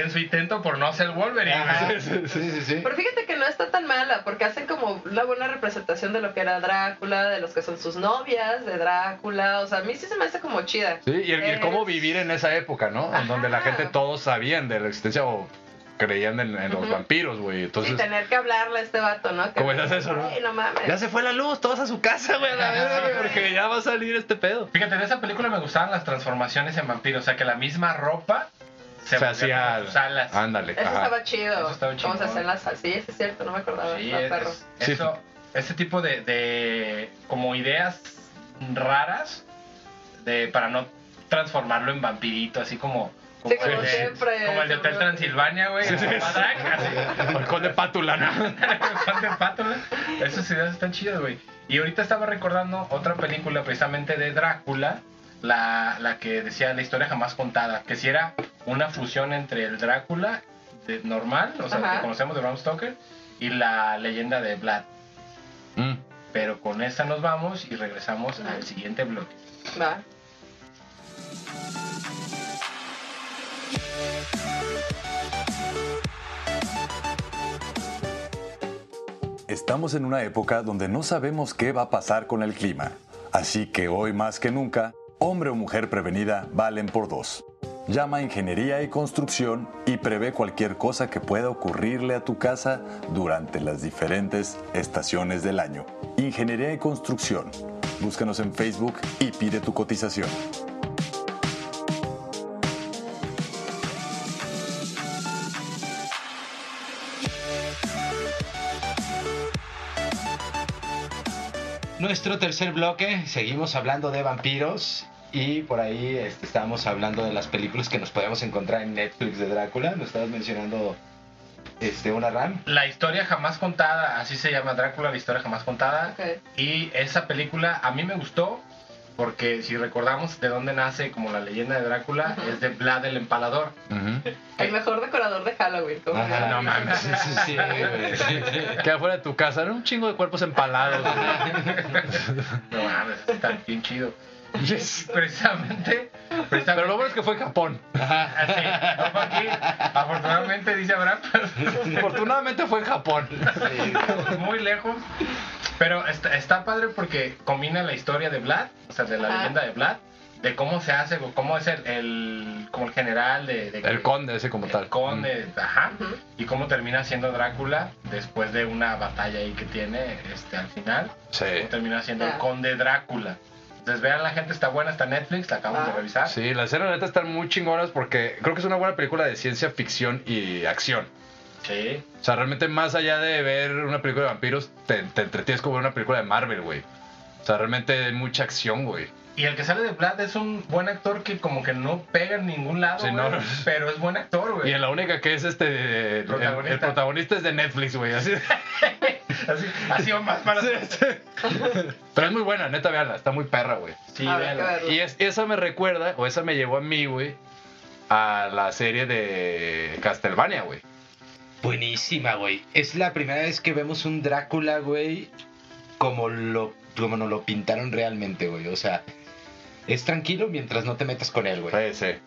Speaker 2: En su intento por no ser Wolverine.
Speaker 1: Ajá.
Speaker 2: güey.
Speaker 1: Sí, sí, sí.
Speaker 3: Pero fíjate que no está tan mala, porque hacen como una buena representación de lo que era Drácula, de los que son sus novias, de Drácula. O sea, a mí sí se me hace como chida.
Speaker 4: Sí, y el, y el cómo vivir en esa época, ¿no? En donde la
Speaker 3: Ajá.
Speaker 4: gente todos sabían de la existencia o creían en, en los
Speaker 3: Ujú.
Speaker 4: vampiros, güey.
Speaker 3: y
Speaker 4: Entonces,
Speaker 3: tener que hablarle a este vato, ¿no? Que
Speaker 4: pues ¿Cómo es eso, no?
Speaker 3: Ay, no mames.
Speaker 4: ya se fue la luz, todos a su casa, güey, a la verga, güey, porque ya va a salir este pedo.
Speaker 2: Fíjate, de esa película me gustaban las transformaciones en vampiros. O sea, que la misma ropa se,
Speaker 4: Se,
Speaker 2: volvía
Speaker 4: hacía.
Speaker 2: como sus alas.
Speaker 4: Ándale.
Speaker 3: Eso
Speaker 4: ajá.
Speaker 3: estaba chido.
Speaker 2: Eso estaba
Speaker 3: Vamos a
Speaker 2: chingón.
Speaker 3: hacer las Sí, eso es cierto, no me acordaba.
Speaker 2: Sí,
Speaker 3: Estaba
Speaker 2: es-
Speaker 3: perro.
Speaker 2: es-
Speaker 4: Sí.
Speaker 2: eso, ese tipo de, de como ideas raras de para no transformarlo en vampirito, así como
Speaker 3: Sí, como
Speaker 2: el de-
Speaker 3: siempre.
Speaker 2: como el de Hotel Transilvania, güey,
Speaker 4: Sí,
Speaker 2: el
Speaker 4: sí, sí.
Speaker 2: Padrac, así,
Speaker 4: O el conde Pátulana.
Speaker 2: con de pátula. Esas ideas están chidas, güey. Y ahorita estaba recordando otra película precisamente de Drácula, la, la que decía la historia jamás contada, que si era una fusión entre el Drácula de- normal, o sea,
Speaker 3: Ajá.
Speaker 2: que conocemos de Bram Stoker, y la leyenda de Vlad.
Speaker 4: Mm.
Speaker 2: Pero con esta nos vamos y regresamos al siguiente bloque.
Speaker 3: Va.
Speaker 6: Estamos en una época donde no sabemos qué va a pasar con el clima. Así que hoy más que nunca, hombre o mujer prevenida valen por dos. Llama a Ingeniería y Construcción y prevé cualquier cosa que pueda ocurrirle a tu casa durante las diferentes estaciones del año. Ingeniería y Construcción. Búscanos en Facebook y pide tu cotización.
Speaker 1: Nuestro tercer bloque, seguimos hablando de vampiros y por ahí este, estábamos hablando de las películas que nos podemos encontrar en Netflix de Drácula. Nos estabas mencionando este, una RAM.
Speaker 2: La historia jamás contada, así se llama Drácula, la historia jamás contada.
Speaker 3: Ok.
Speaker 2: Y esa película a mí me gustó porque si recordamos de dónde nace como la leyenda de Drácula,
Speaker 3: Ujú.
Speaker 2: es de Vlad el Empalador.
Speaker 4: Ujú.
Speaker 3: El mejor decorador de Halloween. ¿cómo
Speaker 1: Ajá,
Speaker 3: no?
Speaker 4: no mames.
Speaker 1: Ah, Sí, sí, sí, güey. Sí, sí.
Speaker 4: Que afuera de tu casa era un chingo de cuerpos empalados.
Speaker 2: No mames, está bien chido.
Speaker 4: güey. Yes.
Speaker 2: Precisamente, precisamente
Speaker 4: Pero lo bueno es que fue en Japón.
Speaker 2: así, no fue aquí. afortunadamente dice Abraham,
Speaker 4: Afortunadamente fue en Japón.
Speaker 2: muy lejos. Pero está, está padre porque combina la historia de Vlad, o sea, de la
Speaker 3: Ajá.
Speaker 2: leyenda de Vlad, de cómo se hace, o cómo es el, el- como el general de, de-
Speaker 4: El conde ese como
Speaker 2: el
Speaker 4: tal. Mm.
Speaker 2: conde, ajá,
Speaker 3: Ujú.
Speaker 2: y cómo termina siendo Drácula después de una batalla ahí que tiene este al final,
Speaker 4: Mm. Sí.
Speaker 2: cómo termina siendo el
Speaker 3: Ya.
Speaker 2: conde Drácula. Entonces vean la gente, está buena, está en Netflix, la acabamos
Speaker 3: Ah.
Speaker 2: de revisar.
Speaker 4: Sí, las escenas neta están muy chingonas porque creo que es una buena película de ciencia ficción y acción.
Speaker 2: Sí.
Speaker 4: O sea, realmente más allá de ver una película de vampiros, te, te entretienes como ver una película de Marvel, güey. O sea, realmente hay mucha acción, güey.
Speaker 2: Y el que sale de Vlad es un buen actor que como que no pega en ningún lado,
Speaker 4: Sí,
Speaker 2: güey,
Speaker 4: no.
Speaker 2: pero es buen actor,
Speaker 4: Y
Speaker 2: güey.
Speaker 4: en la única que es este. El el protagonista,
Speaker 2: Protagonista.
Speaker 4: es de Netflix, güey. Así.
Speaker 2: Así, así o más para...
Speaker 4: Sí, sí. Pero es muy buena, neta, veanla. Está muy perra, güey.
Speaker 2: Sí,
Speaker 3: Habrá que
Speaker 2: véanla.
Speaker 3: verlo.
Speaker 4: Y es, esa me recuerda, o esa me llevó a mí, güey, a la serie de Castlevania, güey.
Speaker 1: Buenísima, güey. Es la primera vez que vemos un Drácula, güey, como lo como nos lo pintaron realmente, güey. O sea, es tranquilo mientras no te metas con él, güey.
Speaker 4: Sí, sí.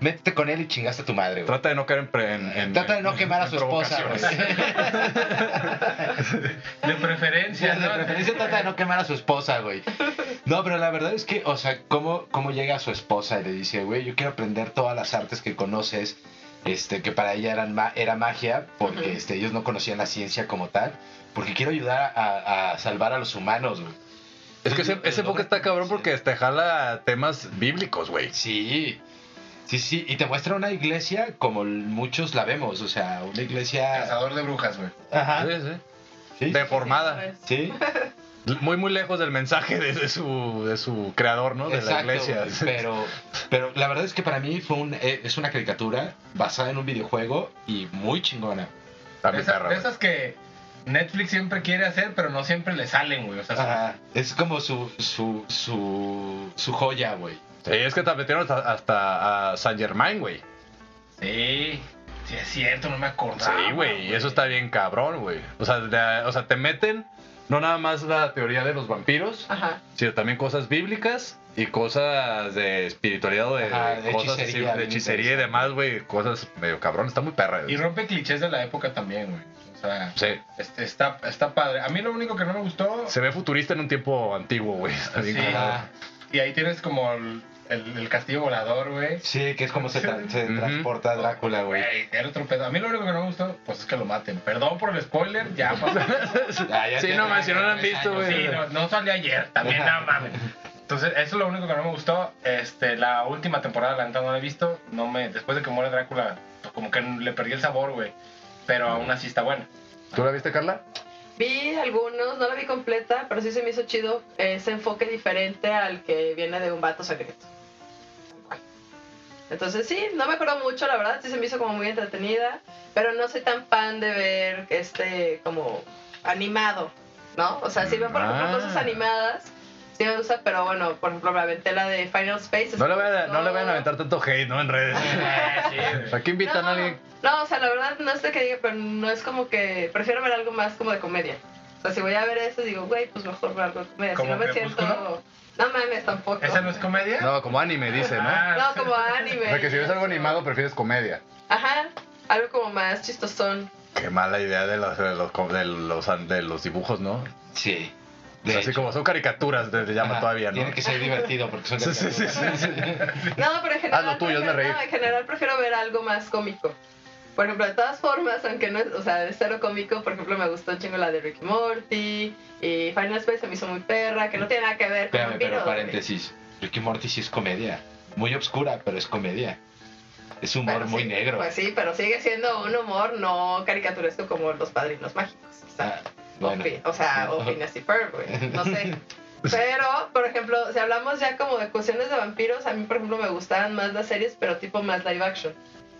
Speaker 1: Métete con él y chingaste a tu madre, güey.
Speaker 4: Trata de no caer en. pre- en- en-
Speaker 1: Trata de no
Speaker 4: en-
Speaker 1: quemar a
Speaker 4: en
Speaker 1: su esposa, güey.
Speaker 4: provocaciones.
Speaker 2: De preferencia,
Speaker 1: de
Speaker 2: ¿no?
Speaker 1: preferencia trata de no quemar a su esposa, güey. No, pero la verdad es que, o sea, ¿cómo, cómo llega a su esposa y le dice, güey, yo quiero aprender todas las artes que conoces, este, que para ella eran ma- era magia, porque
Speaker 3: Ujú.
Speaker 1: este, ellos no conocían la ciencia como tal, porque quiero ayudar a, a salvar a los humanos, güey.
Speaker 4: Es que ese, ese enfoque está cabrón porque te jala temas bíblicos, güey.
Speaker 1: Sí, sí, sí, y te muestra una iglesia como muchos la vemos, o sea, una iglesia...
Speaker 2: Cazador de brujas, güey.
Speaker 1: Ajá,
Speaker 4: Sí, sí.
Speaker 1: sí,
Speaker 4: Deformada.
Speaker 1: sí.
Speaker 4: Muy, muy lejos del mensaje de, de su, de su creador, ¿no? De
Speaker 1: Exacto,
Speaker 4: la iglesia.
Speaker 1: güey, Pero, pero la verdad es que para mí fue un, eh, es una caricatura basada en un videojuego y muy chingona.
Speaker 4: Está
Speaker 2: De
Speaker 4: muy
Speaker 2: esas,
Speaker 4: perra,
Speaker 2: de
Speaker 4: güey.
Speaker 2: esas que Netflix siempre quiere hacer, pero no siempre le salen, güey. O sea,
Speaker 1: Ajá. Es como su, su, su, su joya, güey.
Speaker 4: Sí, es que te metieron hasta, hasta a San Germain, güey.
Speaker 2: sí, sí es cierto, no me
Speaker 1: Ah,
Speaker 2: acordaba.
Speaker 4: Sí, güey, y eso está bien cabrón, güey. O, sea, de- o sea, te meten no nada más la teoría de los vampiros,
Speaker 1: Ah.
Speaker 3: Ajá.
Speaker 4: sino también cosas bíblicas y cosas de espiritualidad, o de,
Speaker 1: Ajá, de
Speaker 4: cosas así,
Speaker 1: hechicería,
Speaker 4: de
Speaker 1: bien
Speaker 4: hechicería y demás, güey. Cosas medio cabrón, está muy perra. güey.
Speaker 2: Y rompe clichés de la época también, güey. O sea,
Speaker 4: Sí.
Speaker 2: es- está, está padre. A mí lo único que no me gustó.
Speaker 4: Se ve futurista en un tiempo antiguo, güey. Está bien
Speaker 2: Sí.
Speaker 4: cabrón.
Speaker 1: Ajá.
Speaker 2: Y ahí tienes como el, el- el castillo volador, güey.
Speaker 1: Sí, que es como se, tra- se
Speaker 4: Ujú.
Speaker 1: transporta Drácula, güey.
Speaker 2: Güey, era otro pedo. A mí lo único que no me gustó, pues es que lo maten. Perdón por el spoiler, ya pasó.
Speaker 1: Ah, ya
Speaker 4: Sí,
Speaker 1: tiene
Speaker 4: no, man, si no lo han
Speaker 1: 93
Speaker 4: visto,
Speaker 1: años,
Speaker 4: güey.
Speaker 2: Sí, no, no salió ayer, también no mames. Entonces, eso es lo único que no me gustó. Este, la última temporada, la neta, no la he visto. No me, después de que muere Drácula, pues, como que le perdí el sabor, güey. Pero aún así está buena.
Speaker 4: ¿Tú la viste, Carla?
Speaker 3: Vi algunos, no la vi completa, pero sí se me hizo chido ese enfoque diferente al que viene de un vato secreto. Entonces sí, no me acuerdo mucho, la verdad, sí se me hizo como muy entretenida, pero no soy tan fan de ver este como animado, ¿no? O sea, sí veo por ejemplo
Speaker 4: Ah.
Speaker 3: cosas animadas, sí me gusta, pero bueno, por ejemplo la ventela de Final Space.
Speaker 4: No le vayan a, no le vayan a
Speaker 3: no.
Speaker 4: aventar tanto hate, ¿no? En redes.
Speaker 2: Sí, güey.
Speaker 4: Aquí invitan a alguien.
Speaker 3: No, o sea, la verdad no es de que diga, pero no es como que. Prefiero ver algo más como de comedia. O sea, si voy a ver eso, digo, güey, pues mejor ver algo de comedia. Si
Speaker 2: ¿Como
Speaker 3: no me
Speaker 2: Crepúsculo?
Speaker 3: siento. No mames, tampoco.
Speaker 2: ¿Esa no es comedia?
Speaker 4: No, como anime, dice, ¿no?
Speaker 2: Ah,
Speaker 3: No, como
Speaker 4: O
Speaker 3: anime.
Speaker 4: sea, que si ves algo animado, pues prefieres comedia.
Speaker 3: Ajá, algo como más chistosón.
Speaker 4: Qué mala idea de los, de los, de los, de los dibujos, ¿no?
Speaker 1: Sí. Pues
Speaker 4: O sea,
Speaker 1: De
Speaker 4: así
Speaker 1: hecho.
Speaker 4: como son caricaturas, se llama
Speaker 1: Ajá,
Speaker 4: todavía, ¿no?
Speaker 1: Tiene que ser divertido porque son
Speaker 4: Sí, sí, sí,
Speaker 1: caricaturas.
Speaker 4: sí,
Speaker 3: No, pero en general.
Speaker 4: lo tuyo, hazme
Speaker 3: prefiero-
Speaker 4: reír.
Speaker 3: no, en general prefiero ver algo más cómico. Por ejemplo, de todas formas, aunque no es, o sea, es cero cómico, por ejemplo, me gustó un chingo la de Rick y Morty y Final Space se me hizo muy perra, que no tiene nada que ver con
Speaker 1: Espérame,
Speaker 3: vampiros,
Speaker 1: pero
Speaker 3: güey.
Speaker 1: paréntesis. Ricky Morty sí es comedia. Muy obscura, pero es comedia. Es humor
Speaker 3: Bueno,
Speaker 1: muy
Speaker 3: sí,
Speaker 1: negro.
Speaker 3: Pues sí, pero sigue siendo un humor no caricaturesco como los padrinos mágicos. quizá.
Speaker 1: Ah, bueno.
Speaker 3: O, fin- o sea, o Phineas y Ferb, güey, No sé. Pero, por ejemplo, si hablamos ya como de cuestiones de vampiros, a mí, por ejemplo, me gustaban más las series, pero tipo más live action.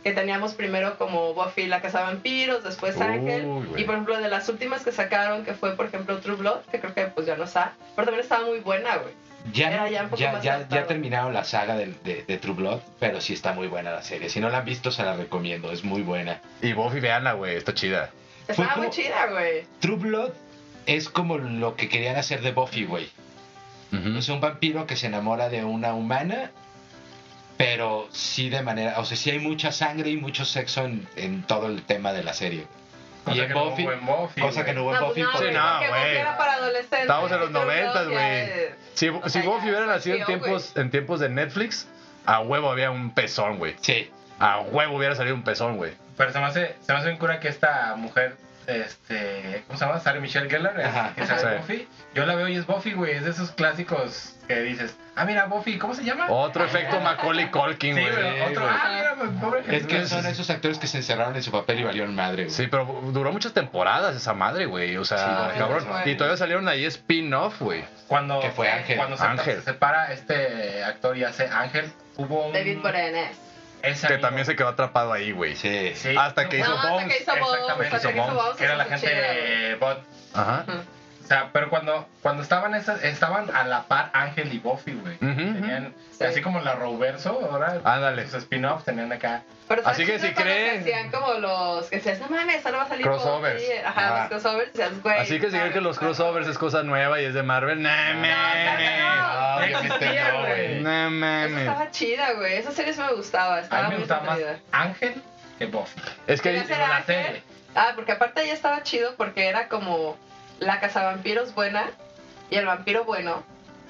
Speaker 3: Que teníamos primero como Buffy la Casa de Vampiros, después
Speaker 4: Uy,
Speaker 3: Ángel.
Speaker 4: güey.
Speaker 3: Y por ejemplo, de las últimas que sacaron, que fue por ejemplo True Blood, que creo que pues ya no está. Pero también estaba muy buena, güey.
Speaker 1: Ya,
Speaker 3: Era ya un poco
Speaker 1: ya,
Speaker 3: más
Speaker 1: ya,
Speaker 3: adaptado.
Speaker 1: ya terminaron la saga de, de, de True Blood, pero sí está muy buena la serie. Si no la han visto, se la recomiendo. Es muy buena.
Speaker 4: Y Buffy, veanla, güey, está chida.
Speaker 3: Estaba
Speaker 1: como-
Speaker 3: muy chida, güey.
Speaker 1: True Blood es como lo que querían hacer de Buffy, güey.
Speaker 2: Mm.
Speaker 1: Es un vampiro que se enamora de una humana, pero sí de manera. O sea, sí hay mucha sangre y mucho sexo en, en todo el tema de la serie.
Speaker 2: Cosa
Speaker 1: y en
Speaker 2: que no
Speaker 1: Buffy.
Speaker 2: hubo en Buffy,
Speaker 1: cosa que
Speaker 2: güey.
Speaker 1: no hubo
Speaker 3: No,
Speaker 1: en
Speaker 3: pues
Speaker 1: Buffy.
Speaker 3: no,
Speaker 1: porque-
Speaker 3: güey,
Speaker 4: no,
Speaker 3: porque Buffy
Speaker 4: Ah, güey.
Speaker 3: era para adolescentes.
Speaker 4: Estábamos en los
Speaker 3: True Blood
Speaker 4: noventas,
Speaker 3: ya
Speaker 4: güey.
Speaker 3: es-
Speaker 4: Si,
Speaker 3: o
Speaker 4: si
Speaker 3: sea,
Speaker 4: Buffy
Speaker 3: ya
Speaker 4: hubiera
Speaker 3: es
Speaker 4: nacido en
Speaker 3: acción,
Speaker 4: tiempos, en tiempos de Netflix, a huevo había un pezón, güey.
Speaker 1: Sí.
Speaker 4: A huevo hubiera salido un pezón, güey.
Speaker 2: Pero se me hace, se me hace bien cura que esta mujer, este, ¿cómo se llama? Sarah Michelle Gellar, es-
Speaker 1: Ajá.
Speaker 2: que sale
Speaker 4: Sí.
Speaker 2: en Buffy. Yo la veo y es Buffy, güey, es de esos clásicos que dices, ah, mira, Buffy, ¿cómo se llama?
Speaker 4: Otro efecto Macaulay Culkin,
Speaker 2: sí, güey,
Speaker 4: Oh, güey.
Speaker 2: otro, ah, mira, pues, pobre
Speaker 1: Es que
Speaker 2: Jesús.
Speaker 1: son esos actores que se encerraron en su papel y valieron madre, güey.
Speaker 4: Sí, pero duró muchas temporadas esa madre, güey. O
Speaker 1: Sí,
Speaker 4: sea,
Speaker 1: güey,
Speaker 4: cabrón.
Speaker 1: eso fue.
Speaker 4: Y todavía salieron ahí spin-off, güey.
Speaker 2: Cuando,
Speaker 1: Que fue Ángel.
Speaker 2: cuando se,
Speaker 4: Ángel.
Speaker 2: se separa este actor y hace Ángel, hubo un...
Speaker 3: David Boreanaz.
Speaker 2: ese
Speaker 4: Que
Speaker 2: amigo-
Speaker 4: también se quedó atrapado ahí, güey.
Speaker 1: Sí.
Speaker 2: Sí.
Speaker 4: Hasta que
Speaker 3: No,
Speaker 4: hizo
Speaker 3: hasta que
Speaker 4: Bones.
Speaker 3: hizo Bones,
Speaker 2: Exactamente,
Speaker 3: hasta que hizo
Speaker 4: hizo Bones.
Speaker 3: Bones.
Speaker 2: que era la
Speaker 3: está
Speaker 2: gente
Speaker 3: chida, güey.
Speaker 2: eh, bot.
Speaker 4: Ajá.
Speaker 3: Ujú.
Speaker 2: O sea, pero cuando, cuando estaban esas, estaban a la par Ángel y Buffy, güey.
Speaker 4: Ujú, ujú.
Speaker 2: Tenían,
Speaker 3: Sí.
Speaker 2: así como la Roverso, ahora
Speaker 4: Ándale.
Speaker 2: sus spin-offs tenían acá.
Speaker 3: Pero estaba
Speaker 4: Así que
Speaker 3: chido
Speaker 4: si
Speaker 3: cuando
Speaker 4: creen-
Speaker 3: Hacían como los que decías, no mames, ahora va a salir.
Speaker 4: Crossovers.
Speaker 3: Buffy". Ajá,
Speaker 4: Ah.
Speaker 3: los crossovers. Decías, güey.
Speaker 4: Así que si creen
Speaker 3: mames,
Speaker 4: que los
Speaker 3: mames".
Speaker 4: crossovers es cosa nueva y es de Marvel, no mames.
Speaker 1: No,
Speaker 2: No
Speaker 1: obviamente
Speaker 2: existía,
Speaker 1: no,
Speaker 2: güey.
Speaker 1: güey.
Speaker 4: No
Speaker 3: Esa
Speaker 4: mames.
Speaker 3: estaba chida, güey. Esa serie sí me gustaba.
Speaker 2: A
Speaker 3: Estaba
Speaker 2: mí me
Speaker 3: muy
Speaker 2: gustaba más
Speaker 3: entretenida.
Speaker 2: Ángel que Buffy.
Speaker 4: Es que
Speaker 3: Quería
Speaker 4: ahí-
Speaker 3: ser
Speaker 2: la
Speaker 3: Ángel.
Speaker 2: serie.
Speaker 3: Ah, porque aparte ya estaba chido porque era como la cazavampiros buena y el vampiro bueno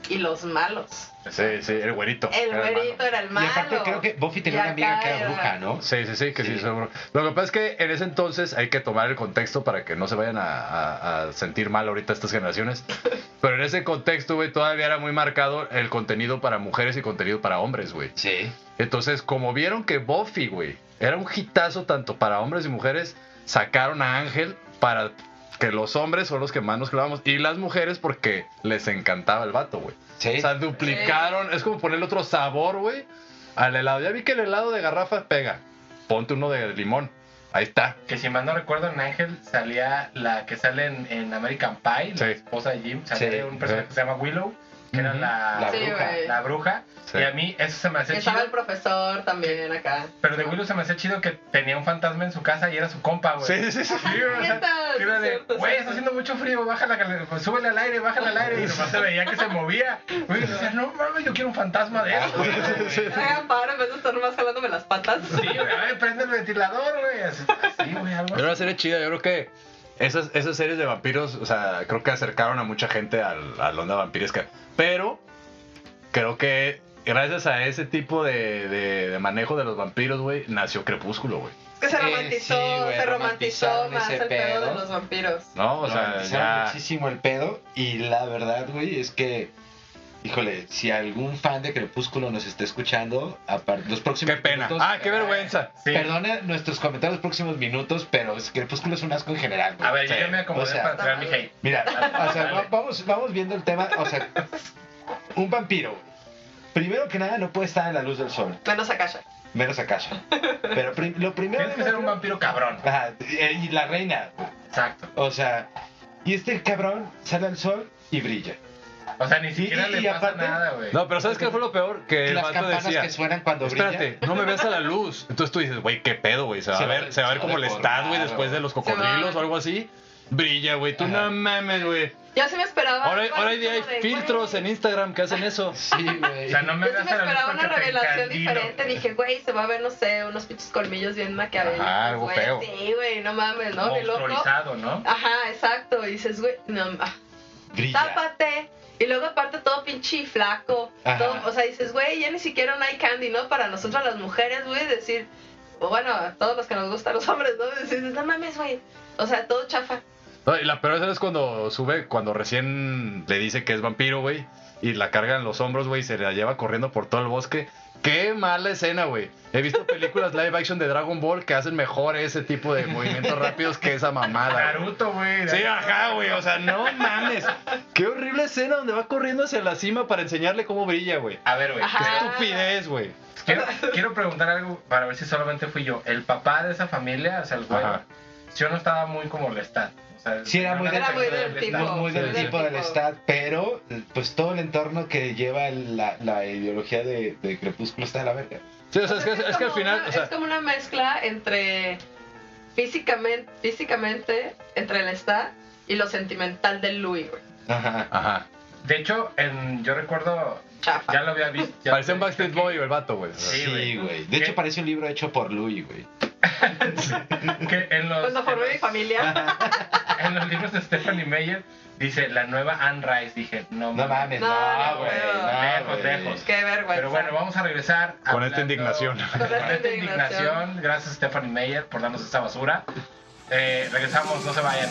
Speaker 3: y los malos.
Speaker 4: Sí, sí, el güerito.
Speaker 3: El
Speaker 4: era el
Speaker 3: güerito
Speaker 4: malo.
Speaker 3: era el
Speaker 1: Y
Speaker 3: malo.
Speaker 1: aparte creo que Buffy tenía
Speaker 3: Y
Speaker 1: una amiga
Speaker 3: acá
Speaker 1: que era
Speaker 3: era-
Speaker 1: bruja, ¿no?
Speaker 4: Sí, sí, sí, que sí.
Speaker 1: Sí.
Speaker 4: seguro. Lo que pasa es que en ese entonces hay que tomar el contexto para que no se vayan a, a- a sentir mal ahorita estas generaciones. Pero en ese contexto, güey, todavía era muy marcado el contenido para mujeres y contenido para hombres, güey.
Speaker 1: Sí.
Speaker 4: Entonces, como vieron que Buffy, güey, era un hitazo tanto para hombres y mujeres, sacaron a Ángel para que los hombres son los que más nos clavamos y las mujeres porque les encantaba el vato, güey.
Speaker 1: Sí.
Speaker 4: O sea, duplicaron, es como ponerle otro sabor, güey, al helado. Ya vi que el helado de garrafa pega. Ponte uno de limón. Ahí está.
Speaker 2: Que si mal no recuerdo, en Ángel salía la que sale en, en American Pie,
Speaker 4: Sí.
Speaker 2: la esposa de Jim, salía
Speaker 1: Sí,
Speaker 2: un personaje
Speaker 4: sí.
Speaker 2: que se llama Willow, que era
Speaker 4: Ujú.
Speaker 2: la,
Speaker 1: La
Speaker 3: Sí,
Speaker 2: bruja.
Speaker 3: güey.
Speaker 2: La bruja.
Speaker 4: Sí.
Speaker 2: Y a mí eso se me hacía chido.
Speaker 3: Estaba el profesor también acá.
Speaker 2: Pero de Willow se me hacía chido que tenía un fantasma en su casa y era su compa, güey.
Speaker 4: Sí, sí,
Speaker 2: Sí,
Speaker 4: sí.
Speaker 2: o sea,
Speaker 3: Neta,
Speaker 2: que era
Speaker 3: sí,
Speaker 2: de,
Speaker 3: cierto,
Speaker 2: güey,
Speaker 3: sí.
Speaker 2: está haciendo mucho frío, bájala, que- pues, súbele al aire, bájala al aire. Y nomás se veía que se movía. Güey, yo decía, no mames, yo quiero un fantasma de
Speaker 4: Ah,
Speaker 2: eso. güey.
Speaker 3: Hagan paro Ah, en vez de estar más jalándome las patas.
Speaker 2: Sí, güey, a ver, prende el ventilador, güey. Así, así, güey, algo.
Speaker 4: Era una serie chida, yo creo que esas, esas series de vampiros, o sea, creo que acercaron a mucha gente al, al onda vampiresca. Pero creo que gracias a ese tipo de, de- de manejo de los vampiros, güey, nació Crepúsculo, güey.
Speaker 3: Es que se
Speaker 1: Eh,
Speaker 3: romantizó,
Speaker 1: sí, güey,
Speaker 3: se romantizó
Speaker 1: romantizaron
Speaker 3: más
Speaker 1: ese
Speaker 3: el pedo
Speaker 1: pedo.
Speaker 3: de los vampiros.
Speaker 4: ¿No? O
Speaker 1: O
Speaker 4: sea, ya...
Speaker 1: muchísimo el pedo y la verdad, güey, es que, híjole, si algún fan de Crepúsculo nos está escuchando, aparte, los próximos
Speaker 4: Qué pena.
Speaker 1: minutos-
Speaker 4: Ah, qué vergüenza.
Speaker 2: Sí.
Speaker 1: Perdone nuestros comentarios próximos minutos, pero es- Crepúsculo es un asco en general. güey.
Speaker 2: A ver, yo
Speaker 1: Sí.
Speaker 2: ya me acomodé
Speaker 1: O sea,
Speaker 2: para tirar mi hate.
Speaker 1: Mira, o sea,
Speaker 2: Dale.
Speaker 1: va- vamos, vamos viendo el tema. O sea, un vampiro. Primero que nada, no puede estar a la luz del sol,
Speaker 3: Menos Akasha.
Speaker 1: menos acaso. Pero prim- lo primero.
Speaker 2: Tienes que ser un vampiro cabrón.
Speaker 1: Ajá, eh, y la reina.
Speaker 2: Exacto.
Speaker 1: O sea, y este cabrón sale al sol y brilla.
Speaker 2: O sea, ni siquiera
Speaker 1: y-
Speaker 2: le
Speaker 1: y
Speaker 2: pasa
Speaker 1: aparte-
Speaker 2: nada, güey.
Speaker 4: No, pero ¿sabes qué fue lo peor? Que
Speaker 1: Y
Speaker 4: el
Speaker 1: las
Speaker 4: vato
Speaker 1: campanas
Speaker 4: decía...
Speaker 1: que suenan cuando
Speaker 4: Espérate, no me ves a la luz. Entonces tú dices, güey, qué pedo, güey. Se va
Speaker 1: Se
Speaker 4: a
Speaker 1: va-
Speaker 4: ver, se va a ver
Speaker 1: se va
Speaker 4: como el
Speaker 1: deformado,
Speaker 4: estado, güey, después de los cocodrilos
Speaker 3: Se va-
Speaker 4: o algo así. Brilla, güey. Tú
Speaker 1: Ajá.
Speaker 4: no mames, güey.
Speaker 3: Yo sí me esperaba.
Speaker 4: Ahora,
Speaker 3: algo
Speaker 4: ahora
Speaker 3: así
Speaker 4: hoy día hay
Speaker 3: como de,
Speaker 4: filtros
Speaker 3: güey,
Speaker 4: en Instagram que hacen eso.
Speaker 1: brilla. Sí,
Speaker 2: O
Speaker 1: güey.
Speaker 2: sea, no me
Speaker 3: Yo sí
Speaker 2: hagas
Speaker 3: me
Speaker 2: a la luz
Speaker 3: esperaba
Speaker 2: porque
Speaker 3: una
Speaker 2: te
Speaker 3: revelación
Speaker 2: encandilo.
Speaker 3: diferente. Dije, güey, se va a ver, no sé, unos pinches colmillos bien maquiavélicos.
Speaker 4: Ajá, algo
Speaker 3: güey.
Speaker 4: feo.
Speaker 3: Sí, güey, no mames, ¿no? Mi loco.
Speaker 2: Monstruorizado, ¿no?
Speaker 3: Ajá, exacto. Y dices, güey, no, ah,
Speaker 1: brilla.
Speaker 3: tápate. Y luego aparte todo pinche flaco.
Speaker 1: Ajá.
Speaker 3: Todo, o sea, dices, güey, ya ni siquiera un eye candy, ¿no? Para nosotras las mujeres, güey, decir, o bueno, a todos los que nos gustan los hombres, ¿no? Dices, no mames, güey. O sea, todo chafa.
Speaker 4: No, y la peor es cuando sube, cuando recién le dice que es vampiro, güey. Y la carga en los hombros, güey, y se la lleva corriendo por todo el bosque. Qué mala escena, güey. He visto películas live action de Dragon Ball que hacen mejor ese tipo de movimientos rápidos que esa mamada. güey.
Speaker 2: Naruto, güey.
Speaker 4: Sí, ajá, güey. O sea, no mames. Qué horrible escena donde va corriendo hacia la cima para enseñarle cómo brilla, güey.
Speaker 2: A ver, güey. pues,
Speaker 3: Ajá.
Speaker 4: Qué Ah. estupidez, güey.
Speaker 2: Quiero, quiero preguntar algo para ver si solamente fui yo. El papá de esa familia, o sea, el güey,
Speaker 4: Ajá.
Speaker 2: yo no estaba muy como el Lestat. O sea,
Speaker 1: Sí, era muy
Speaker 2: una
Speaker 1: del-
Speaker 2: persona
Speaker 1: era
Speaker 3: muy del
Speaker 2: Lestat.
Speaker 1: Muy del
Speaker 4: Sí, sí.
Speaker 1: tipo del Estado, pero pues todo el entorno que lleva la, la ideología de, de Crepúsculo está de la verga.
Speaker 4: Sí, o sea, es que, es que al
Speaker 3: como
Speaker 4: final.
Speaker 3: una-
Speaker 4: o sea,
Speaker 3: es como una mezcla entre físicamente, físicamente entre el está y lo sentimental del Louis, güey.
Speaker 1: Ajá.
Speaker 4: Ajá.
Speaker 2: De hecho, en- yo recuerdo,
Speaker 3: Chafa.
Speaker 2: ya lo había visto. ya
Speaker 4: Parecía un
Speaker 2: lo había
Speaker 4: Backstreet
Speaker 2: visto
Speaker 4: Boy, el vato, güey.
Speaker 2: Sí,
Speaker 1: Sí,
Speaker 2: güey.
Speaker 1: güey. De
Speaker 2: ¿Qué?
Speaker 1: hecho, parece un libro hecho por Louis, güey.
Speaker 2: aquí, Que en los,
Speaker 3: Cuando formé mi
Speaker 2: en,
Speaker 3: familia,
Speaker 2: los, en los libros de Stephanie Meyer, dice la nueva Anne Rice. Dije, no,
Speaker 1: No mames,
Speaker 3: No, no,
Speaker 1: no, güey. No,
Speaker 2: Lejos,
Speaker 1: güey.
Speaker 2: lejos.
Speaker 3: pues, qué vergüenza.
Speaker 2: Pero bueno, vamos a regresar.
Speaker 4: Con esta
Speaker 2: hablando-
Speaker 4: indignación.
Speaker 2: Con esta indignación. Gracias, Stephanie Meyer, por darnos esta basura. Eh, regresamos, no se vayan.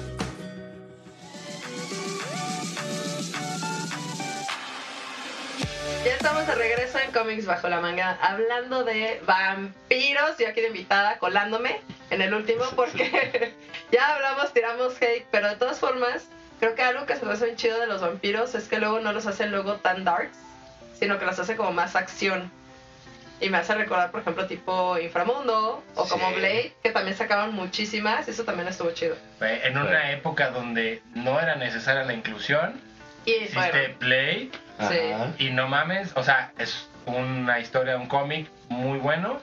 Speaker 3: Ya estamos de regreso en Comics Bajo la Manga, hablando de vampiros. Yo aquí de invitada, colándome en el último, porque ya hablamos, tiramos hate, pero de todas formas, creo que algo que se me hace un chido de los vampiros es que luego no los hacen luego tan darks, sino que los hace como más acción. Y me hace recordar, por ejemplo, tipo Inframundo o como
Speaker 1: Sí.
Speaker 3: Blade, que también sacaban muchísimas, y eso también estuvo chido.
Speaker 2: Fue Eh, en una época donde no era necesaria la inclusión,
Speaker 3: Y
Speaker 2: hiciste
Speaker 3: bueno,
Speaker 2: Play
Speaker 1: Ajá.
Speaker 2: y no mames, o sea, es una historia de un cómic muy bueno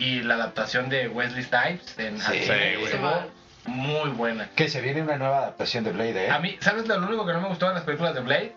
Speaker 2: y la adaptación de Wesley Snipes en
Speaker 1: Sí,
Speaker 2: al
Speaker 4: güey.
Speaker 2: cine estuvo muy buena.
Speaker 1: Que se viene una nueva adaptación de Blade, ¿eh?
Speaker 2: A mí, ¿sabes lo único que no me gustó de las películas de Blade?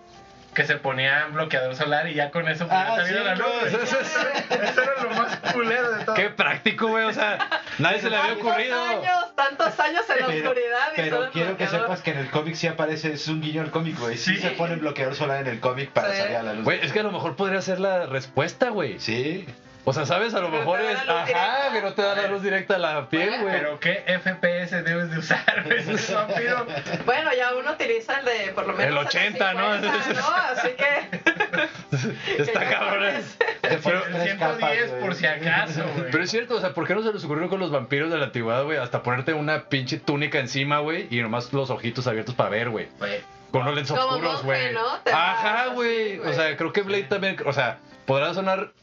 Speaker 2: Que se ponían bloqueador solar y ya con eso
Speaker 1: Ah,
Speaker 2: podía salir
Speaker 1: sí,
Speaker 2: a la luz.
Speaker 1: claro,
Speaker 2: güey.
Speaker 4: eso es-
Speaker 2: Eso era lo más culero de todo.
Speaker 4: Qué práctico, güey. O sea, nadie se le había
Speaker 3: tantos
Speaker 4: ocurrido.
Speaker 3: años, tantos años en la oscuridad. y solo
Speaker 1: pero
Speaker 3: el
Speaker 1: quiero que
Speaker 3: bloqueador.
Speaker 1: sepas que en el cómic sí aparece, es un guiño al cómic, güey. Sí,
Speaker 2: Sí.
Speaker 1: se pone bloqueador solar en el cómic para
Speaker 3: Sí.
Speaker 1: salir a la luz.
Speaker 4: Güey, es que a lo mejor podría ser la respuesta, güey.
Speaker 1: Sí.
Speaker 4: O sea, ¿sabes? A lo
Speaker 3: Pero
Speaker 4: mejor
Speaker 3: te da
Speaker 4: es.
Speaker 3: la luz
Speaker 4: Ajá,
Speaker 3: directa.
Speaker 4: pero te da la luz directa a la piel, güey.
Speaker 2: Pero qué FPS debes de usar, güey, eso es rápido.
Speaker 3: Bueno, ya uno utiliza el de por lo menos.
Speaker 4: El
Speaker 3: a las
Speaker 4: 80, ¿no?
Speaker 3: 50, ¿no? Así que.
Speaker 4: Está
Speaker 3: ya
Speaker 4: cabrón.
Speaker 3: pones-
Speaker 1: Te
Speaker 2: Pero
Speaker 1: pones
Speaker 2: el
Speaker 1: tres
Speaker 2: 110
Speaker 1: capas, güey.
Speaker 2: por si acaso, güey.
Speaker 4: Pero es cierto, o sea, ¿por qué no se les ocurrió con los vampiros de la antigüedad, güey? Hasta ponerte una pinche túnica encima, güey, y nomás los ojitos abiertos para ver, güey.
Speaker 2: Güey,
Speaker 4: Con los lentes
Speaker 3: Como
Speaker 4: oscuros,
Speaker 3: monje,
Speaker 4: güey.
Speaker 3: ¿no? Te vas
Speaker 4: Ajá,
Speaker 3: así,
Speaker 4: güey. O
Speaker 3: güey.
Speaker 4: sea, creo que Blade también. O sea, podrá sonar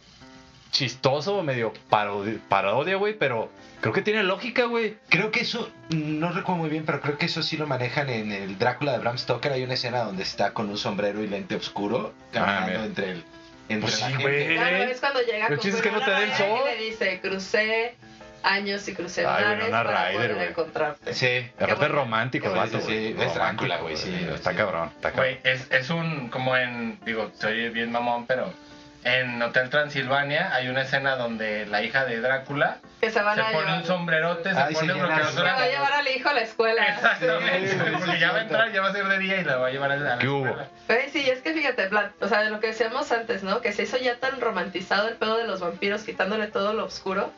Speaker 4: chistoso o medio parodi- parodia, güey, pero creo que tiene lógica, güey.
Speaker 1: Creo que eso, no recuerdo muy bien, pero creo que eso sí lo manejan en el Drácula de Bram Stoker. Hay una escena donde está con un sombrero y lente oscuro caminando
Speaker 4: Ah, mira.
Speaker 1: entre el. Entre
Speaker 4: Pues
Speaker 1: la
Speaker 4: sí,
Speaker 1: gente.
Speaker 4: güey.
Speaker 3: Claro, es cuando llega
Speaker 4: Lo
Speaker 3: con
Speaker 4: chiste es que no te
Speaker 3: Winona
Speaker 4: dé el
Speaker 3: Ryder
Speaker 4: sol.
Speaker 3: Y le dice, crucé años y crucé
Speaker 4: Ay,
Speaker 3: mares
Speaker 4: Winona
Speaker 3: para
Speaker 4: Ryder,
Speaker 3: poder
Speaker 4: güey.
Speaker 3: encontrarte.
Speaker 1: Sí.
Speaker 4: Aparte
Speaker 3: bueno.
Speaker 4: romántico,
Speaker 1: Qué
Speaker 4: el vato,
Speaker 1: bueno, sí,
Speaker 4: güey.
Speaker 1: sí, es
Speaker 4: Romántico,
Speaker 1: Drácula, güey, sí,
Speaker 4: Está
Speaker 1: sí.
Speaker 4: cabrón, está cabrón.
Speaker 2: Güey, es, es un, como en, digo, se oye bien mamón, pero en Hotel Transilvania hay una escena donde la hija de Drácula
Speaker 3: Que se van
Speaker 2: se
Speaker 3: a
Speaker 2: pone
Speaker 3: llevar.
Speaker 2: un sombrerote, se
Speaker 1: Ay,
Speaker 2: pone
Speaker 1: sí,
Speaker 2: lo que
Speaker 1: llenas.
Speaker 3: Se va a
Speaker 2: nosotros...
Speaker 1: Lleva-
Speaker 3: llevar al hijo a la escuela.
Speaker 2: Exactamente,
Speaker 1: Sí,
Speaker 2: güey,
Speaker 1: sí, sí,
Speaker 2: porque ya va a
Speaker 1: cierto.
Speaker 2: entrar, ya va a ser de día y la va a llevar a la
Speaker 4: ¿Qué hubo?
Speaker 2: escuela.
Speaker 3: Güey, sí, es que fíjate, Vlad, o sea, de lo que decíamos antes, ¿no? Que se hizo ya tan romantizado el pedo de los vampiros, quitándole todo lo oscuro,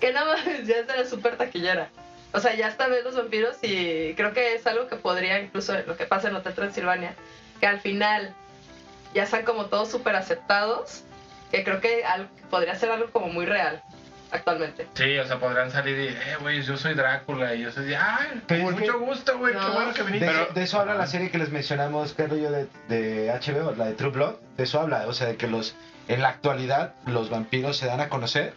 Speaker 3: que nada más ya es de la súper taquillera. O sea, ya está ves los vampiros y creo que es algo que podría incluso lo que pasa en Hotel Transilvania, que al final ya están como todos súper aceptados, que creo que al- podría ser algo como muy real actualmente.
Speaker 2: Sí, o sea, podrán salir y, eh, güey, yo soy Drácula, y yo soy, ay,
Speaker 1: Pero es
Speaker 2: mucho
Speaker 1: que-
Speaker 2: gusto, güey, qué
Speaker 3: No.
Speaker 2: bueno que
Speaker 1: De,
Speaker 2: viniste.
Speaker 1: eso- de eso habla la serie que les mencionamos, Pedro y yo, de, de HBO, la de True Blood. De eso habla, o sea, de que los en la actualidad los vampiros se dan a conocer.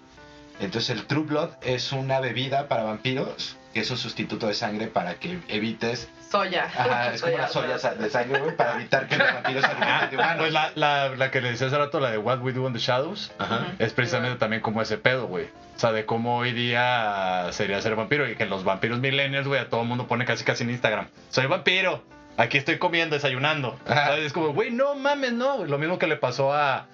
Speaker 1: Entonces el True Blood es una bebida para vampiros, que es un sustituto de sangre para que evites...
Speaker 3: Soya.
Speaker 1: Ajá, es como
Speaker 3: Soya,
Speaker 1: una soya sa- de sangre, güey, para evitar que los vampiros se alimenten de
Speaker 4: Ah,
Speaker 1: humanos.
Speaker 4: pues la, la, la que le decía hace rato, la de What We Do in the Shadows,
Speaker 3: Ajá.
Speaker 4: es precisamente también como ese pedo, güey. O sea, de cómo hoy día sería ser vampiro y que los vampiros millennials, güey, a todo el mundo pone casi casi en Instagram. Soy vampiro, aquí estoy comiendo, desayunando. ¿Sabes? Es como, güey, no mames, no. Lo mismo que le pasó a,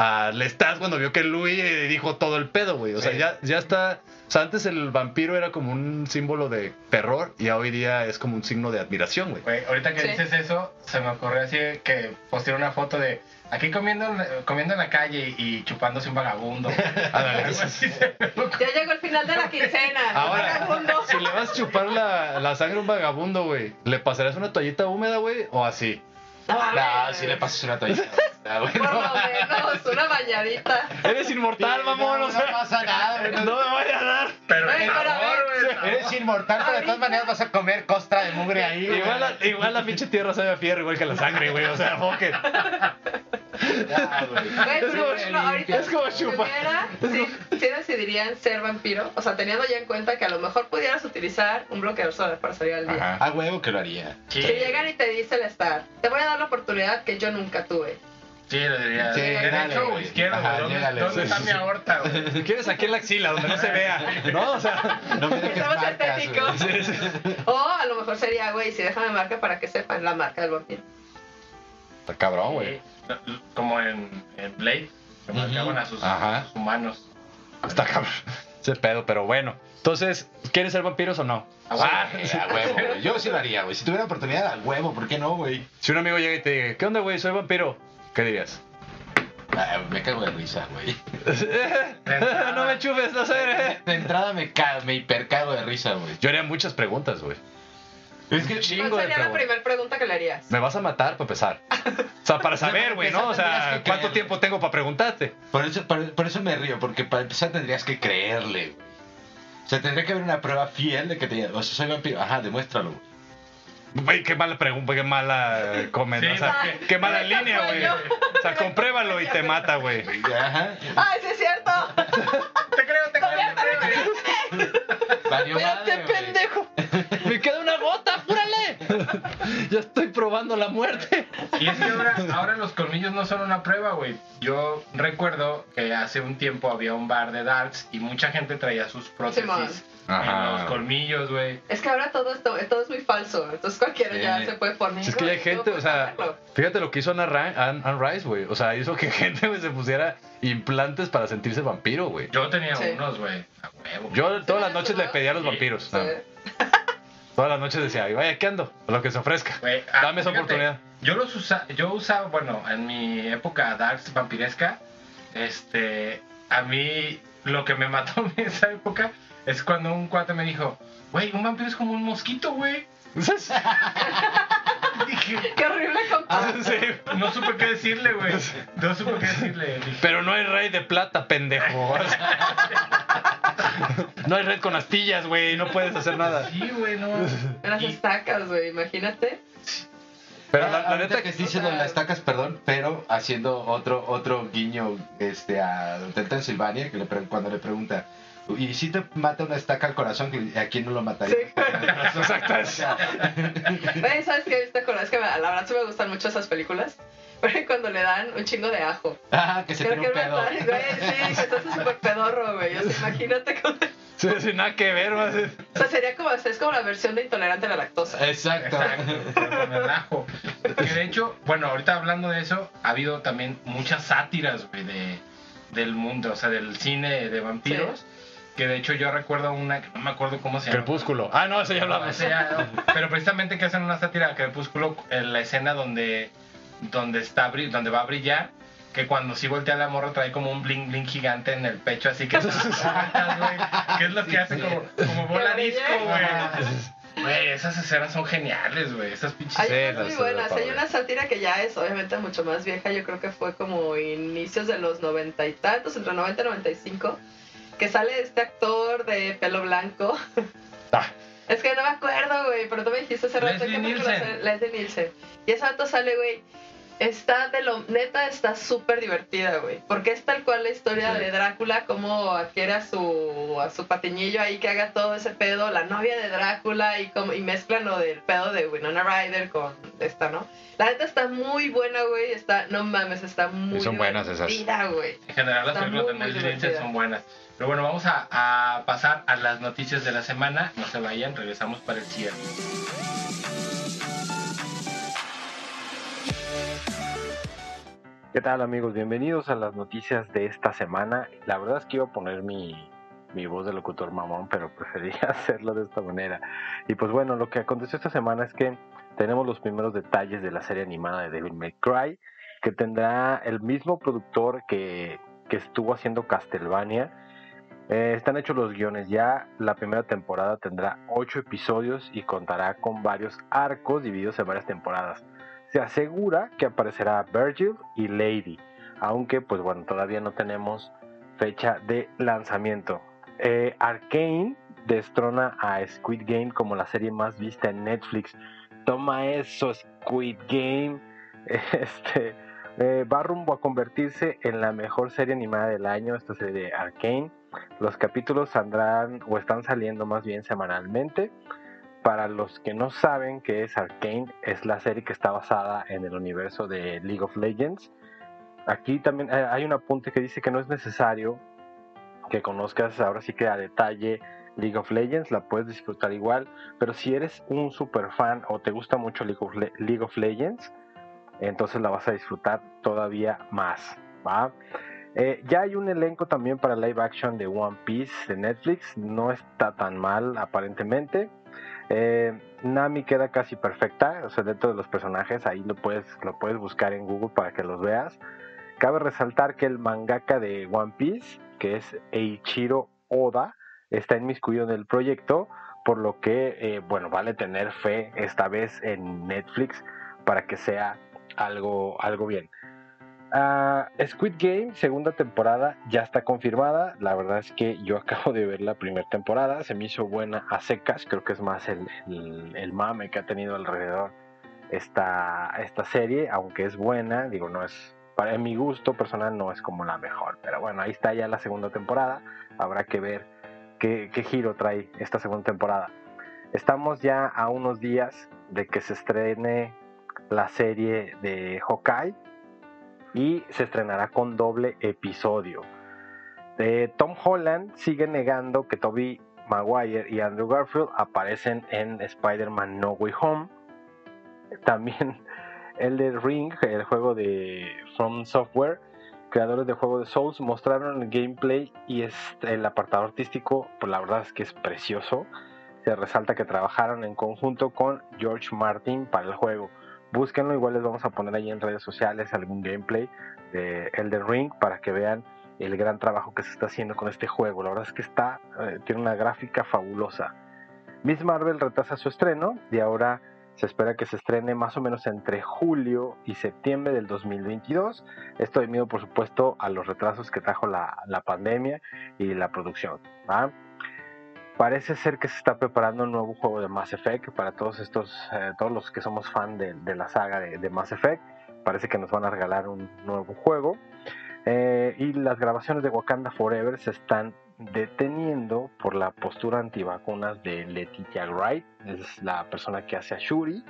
Speaker 4: a Lestat cuando vio que Louis eh, dijo todo el pedo, güey. O sea,
Speaker 1: Sí.
Speaker 4: ya, ya está... O sea, antes el vampiro era como un símbolo de terror y hoy día es como un signo de admiración, güey.
Speaker 2: Güey, ahorita que
Speaker 3: Sí.
Speaker 2: dices eso, se me ocurrió así que posteé una foto de aquí comiendo, en la- comiendo en la calle y chupándose un vagabundo.
Speaker 4: Ándale.
Speaker 2: Algo así se me ocurrió.
Speaker 3: Ya llegó el final de la quincena.
Speaker 4: Ahora,
Speaker 3: Vagabundo.
Speaker 4: si le vas a chupar la, la sangre a un vagabundo, güey, ¿le pasarás una toallita húmeda, güey? ¿O así?
Speaker 3: No,
Speaker 1: No,
Speaker 3: mames.
Speaker 1: si le pasas una toalla. Ah, güey,
Speaker 3: Por
Speaker 1: no.
Speaker 3: lo menos una bañadita.
Speaker 4: Eres inmortal, mamón,
Speaker 1: no,
Speaker 4: o sea,
Speaker 1: pasa nada, güey,
Speaker 4: no
Speaker 1: no-
Speaker 4: me vaya a dar.
Speaker 2: Pero
Speaker 3: Güey,
Speaker 2: el
Speaker 3: pero a
Speaker 2: sabor,
Speaker 3: ver.
Speaker 2: güey, el sabor.
Speaker 1: Eres inmortal, pero de todas maneras vas a comer costra de mugre ahí. güey.
Speaker 4: Igual la, igual la pinche tierra sabe a fierro, igual que la sangre, güey, o sea, fuck it.
Speaker 1: Ya, Ah, güey.
Speaker 3: Güey,
Speaker 4: Es
Speaker 3: pero
Speaker 4: como-
Speaker 3: bueno, ahorita
Speaker 4: es como
Speaker 3: si
Speaker 4: chupar.
Speaker 3: tuviera- si, si decidirían ser vampiro, o sea, teniendo ya en cuenta que a lo mejor pudieras utilizar un bloqueador solar para salir al día.
Speaker 1: A huevo que lo haría.
Speaker 2: Sí,
Speaker 3: Si llegan y te dice el estar, te voy a dar la oportunidad que yo nunca tuve.
Speaker 2: sí, lo diría.
Speaker 1: Sí, dale,
Speaker 2: Derecho o
Speaker 1: güey.
Speaker 2: izquierdo,
Speaker 1: Ajá,
Speaker 2: güey, ¿dónde,
Speaker 1: llégale,
Speaker 2: dónde
Speaker 1: sí,
Speaker 2: está
Speaker 1: sí,
Speaker 2: mi
Speaker 1: sí.
Speaker 2: aorta, güey?
Speaker 4: ¿Quieres aquí en la axila, donde no se vea? ¿No? O sea,
Speaker 1: No me dejes
Speaker 3: Estamos
Speaker 1: marcas, güey.
Speaker 3: estéticos. O a lo mejor sería, güey, si déjame marca para que sepan la marca del vampiro.
Speaker 4: está cabrón, güey.
Speaker 2: Sí, Eh, Como en, en Blade, que
Speaker 1: Ujú.
Speaker 2: marcaban a sus,
Speaker 4: Ajá.
Speaker 2: sus humanos.
Speaker 4: Está cabrón. Ese pedo, pero bueno. Entonces, ¿quieres ser vampiros o no?
Speaker 2: A huevo.
Speaker 4: Ah,
Speaker 1: Eh, A huevo, güey. Yo sí lo haría, güey. Si tuviera oportunidad, a huevo, ¿por qué no, güey?
Speaker 4: Si un amigo llega y te dice, ¿qué onda, güey? Soy vampiro. ¿Qué dirías?
Speaker 1: Ah, me cago de risa, güey.
Speaker 4: no me chupes, no sé.
Speaker 1: De entrada me, ca me hipercago de risa, güey.
Speaker 4: Yo haría muchas preguntas, güey.
Speaker 1: Es que
Speaker 4: Un
Speaker 3: ¿Cuál
Speaker 4: chingo de
Speaker 3: sería la
Speaker 4: preguntas.
Speaker 3: primera pregunta que le harías?
Speaker 4: ¿Me vas a matar para empezar? O sea, para saber,
Speaker 1: para
Speaker 4: güey,
Speaker 1: empezar
Speaker 4: ¿no? O sea,
Speaker 1: tendrías que
Speaker 4: ¿cuánto
Speaker 1: creerle.
Speaker 4: tiempo tengo para preguntarte?
Speaker 1: por eso, por, por eso me río, porque para empezar tendrías que creerle, güey. O sea, tendría que haber una prueba fiel de que te O sea, soy vampiro. Ajá, demuéstralo, güey.
Speaker 4: Güey, qué mala pregunta, qué mala eh, comenta,
Speaker 2: Sí,
Speaker 4: o sea,
Speaker 2: porque-
Speaker 4: qué mala
Speaker 3: Ay,
Speaker 4: línea, güey.
Speaker 3: yo.
Speaker 4: O sea, compruébalo y te mata, güey.
Speaker 1: Ajá.
Speaker 3: ¡Ay, sí es cierto!
Speaker 2: Te creo, te creo. te creo.
Speaker 1: Valió
Speaker 3: ¡Espérate,
Speaker 1: madre, güey.
Speaker 3: pendejo!
Speaker 4: Me queda una gota, apúrale. Ya estoy probando la muerte.
Speaker 2: Y es que ahora, ahora los colmillos no son una prueba, güey. Yo recuerdo que hace un tiempo había un bar de darts y mucha gente traía sus
Speaker 3: Simón.
Speaker 2: prótesis en los colmillos, güey.
Speaker 3: Es que ahora todo, esto, todo es muy falso, entonces cualquiera
Speaker 1: Sí.
Speaker 3: ya se puede poner.
Speaker 4: Si es que ya hay
Speaker 3: güey,
Speaker 4: gente,
Speaker 3: no,
Speaker 4: o sea,
Speaker 3: pues,
Speaker 4: fíjate lo que hizo Anna, Ra- Anne- Anne Rice, güey. O sea, hizo que gente güey, se pusiera implantes para sentirse vampiro, güey.
Speaker 2: Yo tenía
Speaker 3: Sí.
Speaker 2: unos, güey. A huevo.
Speaker 4: Yo todas las noches le
Speaker 3: ¿no?
Speaker 4: pedía a los
Speaker 2: Sí,
Speaker 4: vampiros.
Speaker 3: hazlo. Sí.
Speaker 4: Todas las noches decía, "Ay, vaya, ¿qué ando? Lo que se ofrezca.
Speaker 2: Güey, ah,
Speaker 4: Dame esa
Speaker 2: fíjate,
Speaker 4: oportunidad.
Speaker 2: Yo los usa, yo usaba, bueno, en mi época darks vampiresca, este, a mí lo que me mató en esa época es cuando un cuate me dijo, güey, un vampiro es como un mosquito, güey. Dije,
Speaker 3: Qué horrible
Speaker 4: Ah,
Speaker 3: comparación.
Speaker 2: no supe qué decirle, güey. No supe qué decirle. Dije,
Speaker 4: Pero no hay red de plata, pendejo. No hay red con astillas, güey. No puedes hacer nada.
Speaker 2: sí, güey, no.
Speaker 3: Las
Speaker 2: Y-
Speaker 3: estacas, güey, imagínate.
Speaker 4: Pero la, la
Speaker 1: Ahorita
Speaker 4: neta
Speaker 1: que estoy diciendo las estacas, perdón, pero haciendo otro otro guiño este a Hotel Transilvania, que le pre- cuando le pregunta, ¿y si te mata una estaca al corazón? que ¿A quién no lo mataría?
Speaker 3: Sí.
Speaker 1: O
Speaker 4: exactas.
Speaker 1: sea,
Speaker 3: Güey, ¿sabes qué? ¿Te acuerdas? Es que me- la verdad sí me gustan mucho esas películas. Pero cuando le dan un chingo de ajo.
Speaker 1: ah, que se
Speaker 3: Creo
Speaker 1: tiene
Speaker 3: que
Speaker 1: un
Speaker 3: era
Speaker 1: pedo.
Speaker 3: tal, güey, sí, que estás súper pedorro, güey. O sea, imagínate con... O
Speaker 4: Sí, sin nada que ver, va a ser-
Speaker 3: sea, sería como, es como la versión de intolerante a la lactosa.
Speaker 1: Exacto.
Speaker 2: Exacto, pero con el ajo. Que de hecho, bueno, ahorita hablando de eso, ha habido también muchas sátiras, güey, de, del mundo, o sea, del cine de vampiros. Que de hecho yo recuerdo una, que no me acuerdo cómo se llama.
Speaker 4: Crepúsculo. Ah, no, eso ya
Speaker 2: O
Speaker 4: hablamos.
Speaker 2: sea, ah, pero precisamente que hacen una sátira a Crepúsculo en la escena donde, donde, está, bri- donde va a brillar. Que cuando sí voltea la morra trae como un bling bling gigante en el pecho, así que. güey, que es lo que hace como, como bola
Speaker 3: Que brille.
Speaker 2: disco, güey. Güey, esas escenas son geniales, güey. Esas pinches
Speaker 3: Hay
Speaker 4: Sí,
Speaker 3: unas muy
Speaker 4: las-
Speaker 3: buenas. Hay
Speaker 4: para
Speaker 3: una sátira que ya es obviamente mucho más vieja. Yo creo que fue como inicios de los noventa y tantos, entre 90 y 95. Que sale este actor de pelo blanco.
Speaker 4: Ah.
Speaker 3: Es que no me acuerdo, güey, pero tú me dijiste hace rato
Speaker 2: Leslie
Speaker 3: que
Speaker 2: Nielsen.
Speaker 3: Leslie Nielsen. Y esa rato sale, güey. Está de lo. Neta, está súper divertida, güey. Porque es tal cual la historia de Drácula, como adquiere a su, a su patiñillo ahí que haga todo ese pedo, la novia de Drácula y, como, y mezclan lo del pedo de Winona Ryder con esta, ¿no? La neta está muy buena, güey. Está, no mames, está muy.
Speaker 4: Y son buenas esas.
Speaker 3: divertida, güey.
Speaker 2: En general las
Speaker 3: Está
Speaker 2: películas de
Speaker 3: muy, muy
Speaker 2: Mel Gibson
Speaker 3: divertida.
Speaker 2: son buenas. Pero bueno, vamos a, a pasar a las noticias de la semana. No se vayan, regresamos para el cierre.
Speaker 7: ¿Qué tal amigos? Bienvenidos a las noticias de esta semana. La verdad es que iba a poner mi, mi voz de locutor mamón, pero prefería hacerlo de esta manera. Y pues bueno, lo que aconteció esta semana es que tenemos los primeros detalles de la serie animada de Devil May Cry, que tendrá el mismo productor que, que estuvo haciendo Castlevania. Eh, están hechos los guiones ya. La primera temporada tendrá 8 episodios y contará con varios arcos divididos en varias temporadas se asegura que aparecerá Virgil y Lady, aunque pues bueno, todavía no tenemos fecha de lanzamiento. Eh, Arkane destrona a Squid Game como la serie más vista en Netflix. Toma eso, Squid Game. Este eh, va rumbo a convertirse en la mejor serie animada del año, esta serie de Arkane. Los capítulos saldrán o están saliendo más bien semanalmente. Para los que no saben qué es Arkane, es la serie que está basada en el universo de League of Legends. Aquí también eh, hay un apunte que dice que no es necesario que conozcas ahora sí que a detalle League of Legends, la puedes disfrutar igual, pero si eres un super fan o te gusta mucho League of, Le- League of Legends, entonces la vas a disfrutar todavía más, ¿va? Eh, ya hay un elenco también para live action de One Piece de Netflix, no está tan mal aparentemente. Eh, Nami queda casi perfecta, o sea, dentro de los personajes, ahí lo puedes, lo puedes buscar en Google para que los veas. Cabe resaltar que el mangaka de One Piece, que es Eiichiro Oda, está inmiscuido en el proyecto, por lo que, eh, bueno, vale tener fe esta vez en Netflix para que sea algo, algo bien. Ah, Squid Game, segunda temporada, ya está confirmada. La verdad es que yo acabo de ver la primera temporada. Se me hizo buena a secas. Creo que es más el, el- el mame que ha tenido alrededor esta, esta serie. Aunque es buena, digo, no es. Para mi gusto personal no es como la mejor. Pero bueno, ahí está ya la segunda temporada. Habrá que ver qué, qué giro trae esta segunda temporada. Estamos ya a unos días de que se estrene la serie de Hawkeye y se estrenará con doble episodio. Eh, Tom Holland sigue negando que Toby Maguire y Andrew Garfield aparecen en Spider-Man No Way Home. También el de Ring, el juego de From Software, creadores del juego de Souls, mostraron el gameplay y este- el apartado artístico, pues la verdad es que es precioso. Se resalta que trabajaron en conjunto con George Martin para el juego búsquenlo, igual les vamos a poner ahí en redes sociales algún gameplay de Elden Ring para que vean el gran trabajo que se está haciendo con este juego. La verdad es que está, eh, tiene una gráfica fabulosa. Miss Marvel retrasa su estreno y ahora se espera que se estrene más o menos entre julio y septiembre del 2022. Esto debido, por supuesto, a los retrasos que trajo la, la pandemia y la producción. ¿va? Parece ser que se está preparando un nuevo juego de Mass Effect para todos estos, eh, todos los que somos fan de, de la saga de, de Mass Effect. Parece que nos van a regalar un nuevo juego. Eh, y las grabaciones de Wakanda Forever se están deteniendo por la postura antivacunas de Letitia Wright, es la persona que hace a Shuri.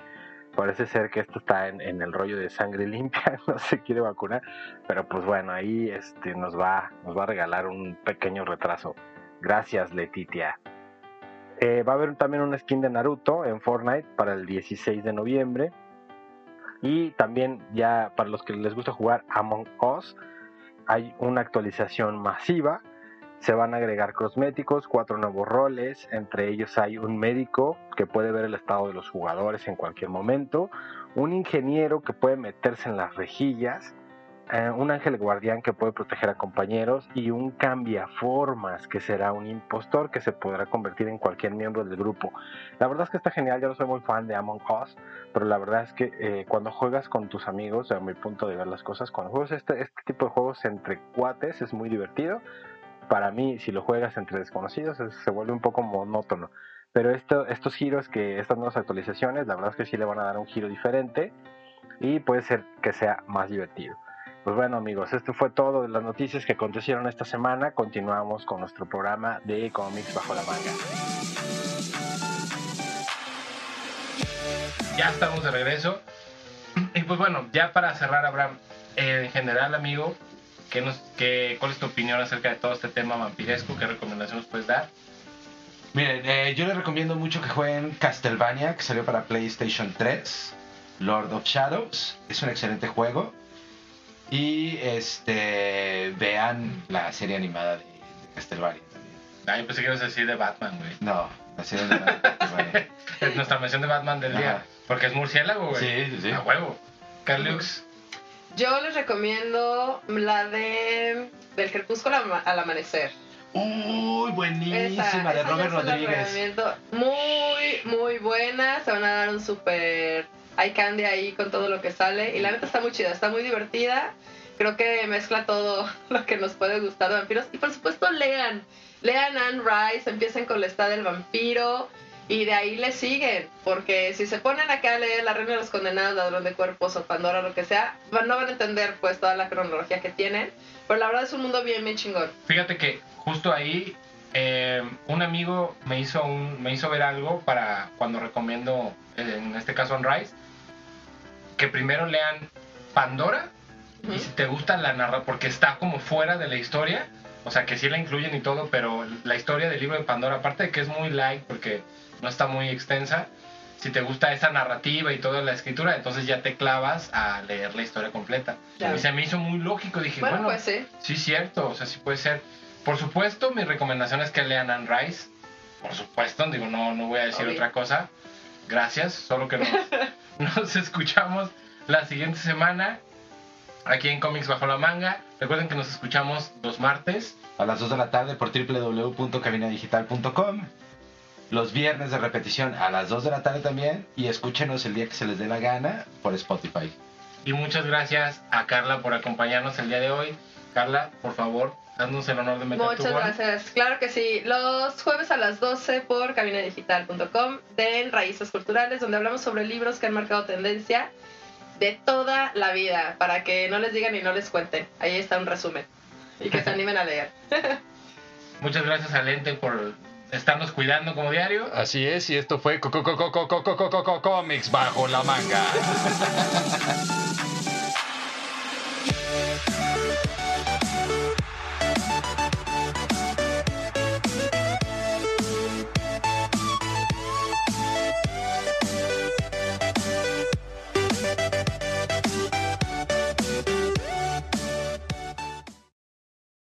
Speaker 7: Parece ser que esto está en, en el rollo de sangre limpia, no se quiere vacunar, pero pues bueno, ahí este, nos, va, nos va a regalar un pequeño retraso. Gracias, Letitia. Eh, va a haber también un skin de Naruto en Fortnite para el 16 de noviembre. Y también ya para los que les gusta jugar Among Us, hay una actualización masiva. Se van a agregar cosméticos, cuatro nuevos roles, entre ellos hay un médico que puede ver el estado de los jugadores en cualquier momento, un ingeniero que puede meterse en las rejillas, eh, un ángel guardián que puede proteger a compañeros y un cambiaformas que será un impostor que se podrá convertir en cualquier miembro del grupo. La verdad es que está genial, yo no soy muy fan de Among Us, pero la verdad es que eh, cuando juegas con tus amigos, a mi punto de ver las cosas, cuando juegas este, este tipo de juegos entre cuates es muy divertido. Para mí, si lo juegas entre desconocidos, es- se vuelve un poco monótono. Pero esto, estos giros, que estas nuevas actualizaciones, la verdad es que sí le van a dar un giro diferente y puede ser que sea más divertido. Pues bueno amigos, esto fue todo de las noticias que acontecieron esta semana. Continuamos con nuestro programa de cómics bajo la manga.
Speaker 2: Ya estamos de regreso. Y pues bueno, ya para cerrar, Abraham, eh, en general, amigo, ¿qué nos, qué, ¿cuál es tu opinión acerca de todo este tema vampiresco? ¿Qué recomendaciones puedes dar?
Speaker 1: Miren, eh, yo les recomiendo mucho que jueguen Castlevania, que salió para PlayStation 3, Lord of Shadows, es un excelente juego. Y este vean la serie animada de, de Castlevania también.
Speaker 2: Ay, Ah, pensé que ibas a decir de Batman, güey.
Speaker 1: No, la serie animada de Castlevania.
Speaker 2: Es nuestra mención de Batman del
Speaker 1: Ajá.
Speaker 2: día. Porque es murciélago, güey.
Speaker 1: Sí, sí, sí.
Speaker 2: A huevo. Carlux.
Speaker 3: Yo les recomiendo la de Del crepúsculo ama- al amanecer.
Speaker 1: Uy, buenísima,
Speaker 3: Esa,
Speaker 1: de
Speaker 3: esa
Speaker 1: Robert
Speaker 3: yo se la
Speaker 1: Rodríguez.
Speaker 3: recomiendo. Muy, muy buena. Se van a dar un súper hay candy ahí con todo lo que sale. Y la neta está muy chida, está muy divertida. Creo que mezcla todo lo que nos puede gustar de vampiros. Y por supuesto, lean. Lean Anne Rice, empiecen con la está del vampiro. Y de ahí le siguen, porque si se ponen acá a leer La Reina de los Condenados, Ladrón de Cuerpos o Pandora, lo que sea, van- no van a entender pues toda la cronología que tienen. Pero la verdad es un mundo bien, bien chingón.
Speaker 2: Fíjate que justo ahí eh, un amigo me hizo un me hizo ver algo para cuando recomiendo eh, en este caso Unrise que primero lean Pandora y si te gusta la narra porque está como fuera de la historia o sea que sí la incluyen y todo pero la historia del libro de Pandora aparte de que es muy light porque no está muy extensa si te gusta esa narrativa y toda la escritura entonces ya te clavas a leer la historia completa
Speaker 3: Claro.
Speaker 2: y se me hizo muy lógico dije
Speaker 3: Bueno,
Speaker 2: bueno,
Speaker 3: pues sí.
Speaker 2: Sí, cierto, o sea, sí puede ser. Por supuesto, mi recomendación es que lean Anne Rice. Por supuesto, digo, no, no voy a decir
Speaker 3: Obvio.
Speaker 2: otra cosa. Gracias, solo que nos, nos escuchamos la siguiente semana aquí en Comics Bajo la Manga. Recuerden que nos escuchamos los martes.
Speaker 1: A las 2 de la tarde por www.cabinadigital.com. Los viernes de repetición a las 2 de la tarde también. Y escúchenos el día que se les dé la gana por Spotify.
Speaker 2: Y muchas gracias a Carla por acompañarnos el día de hoy. Carla, por favor, haznos el honor de meter tu
Speaker 3: Muchas
Speaker 2: gol.
Speaker 3: gracias. Claro que sí. Los jueves a las 12 por cabinadigital.com den Raíces Culturales, donde hablamos sobre libros que han marcado tendencia de toda la vida, para que no les digan y no les cuenten. Ahí está un resumen. Y que se animen a leer.
Speaker 2: Muchas gracias a Lente por estarnos cuidando como diario.
Speaker 4: Así es, y esto fue Co- Co- Co- Co- Co- Co- Co- Co- Co- Co- Comics bajo la manga.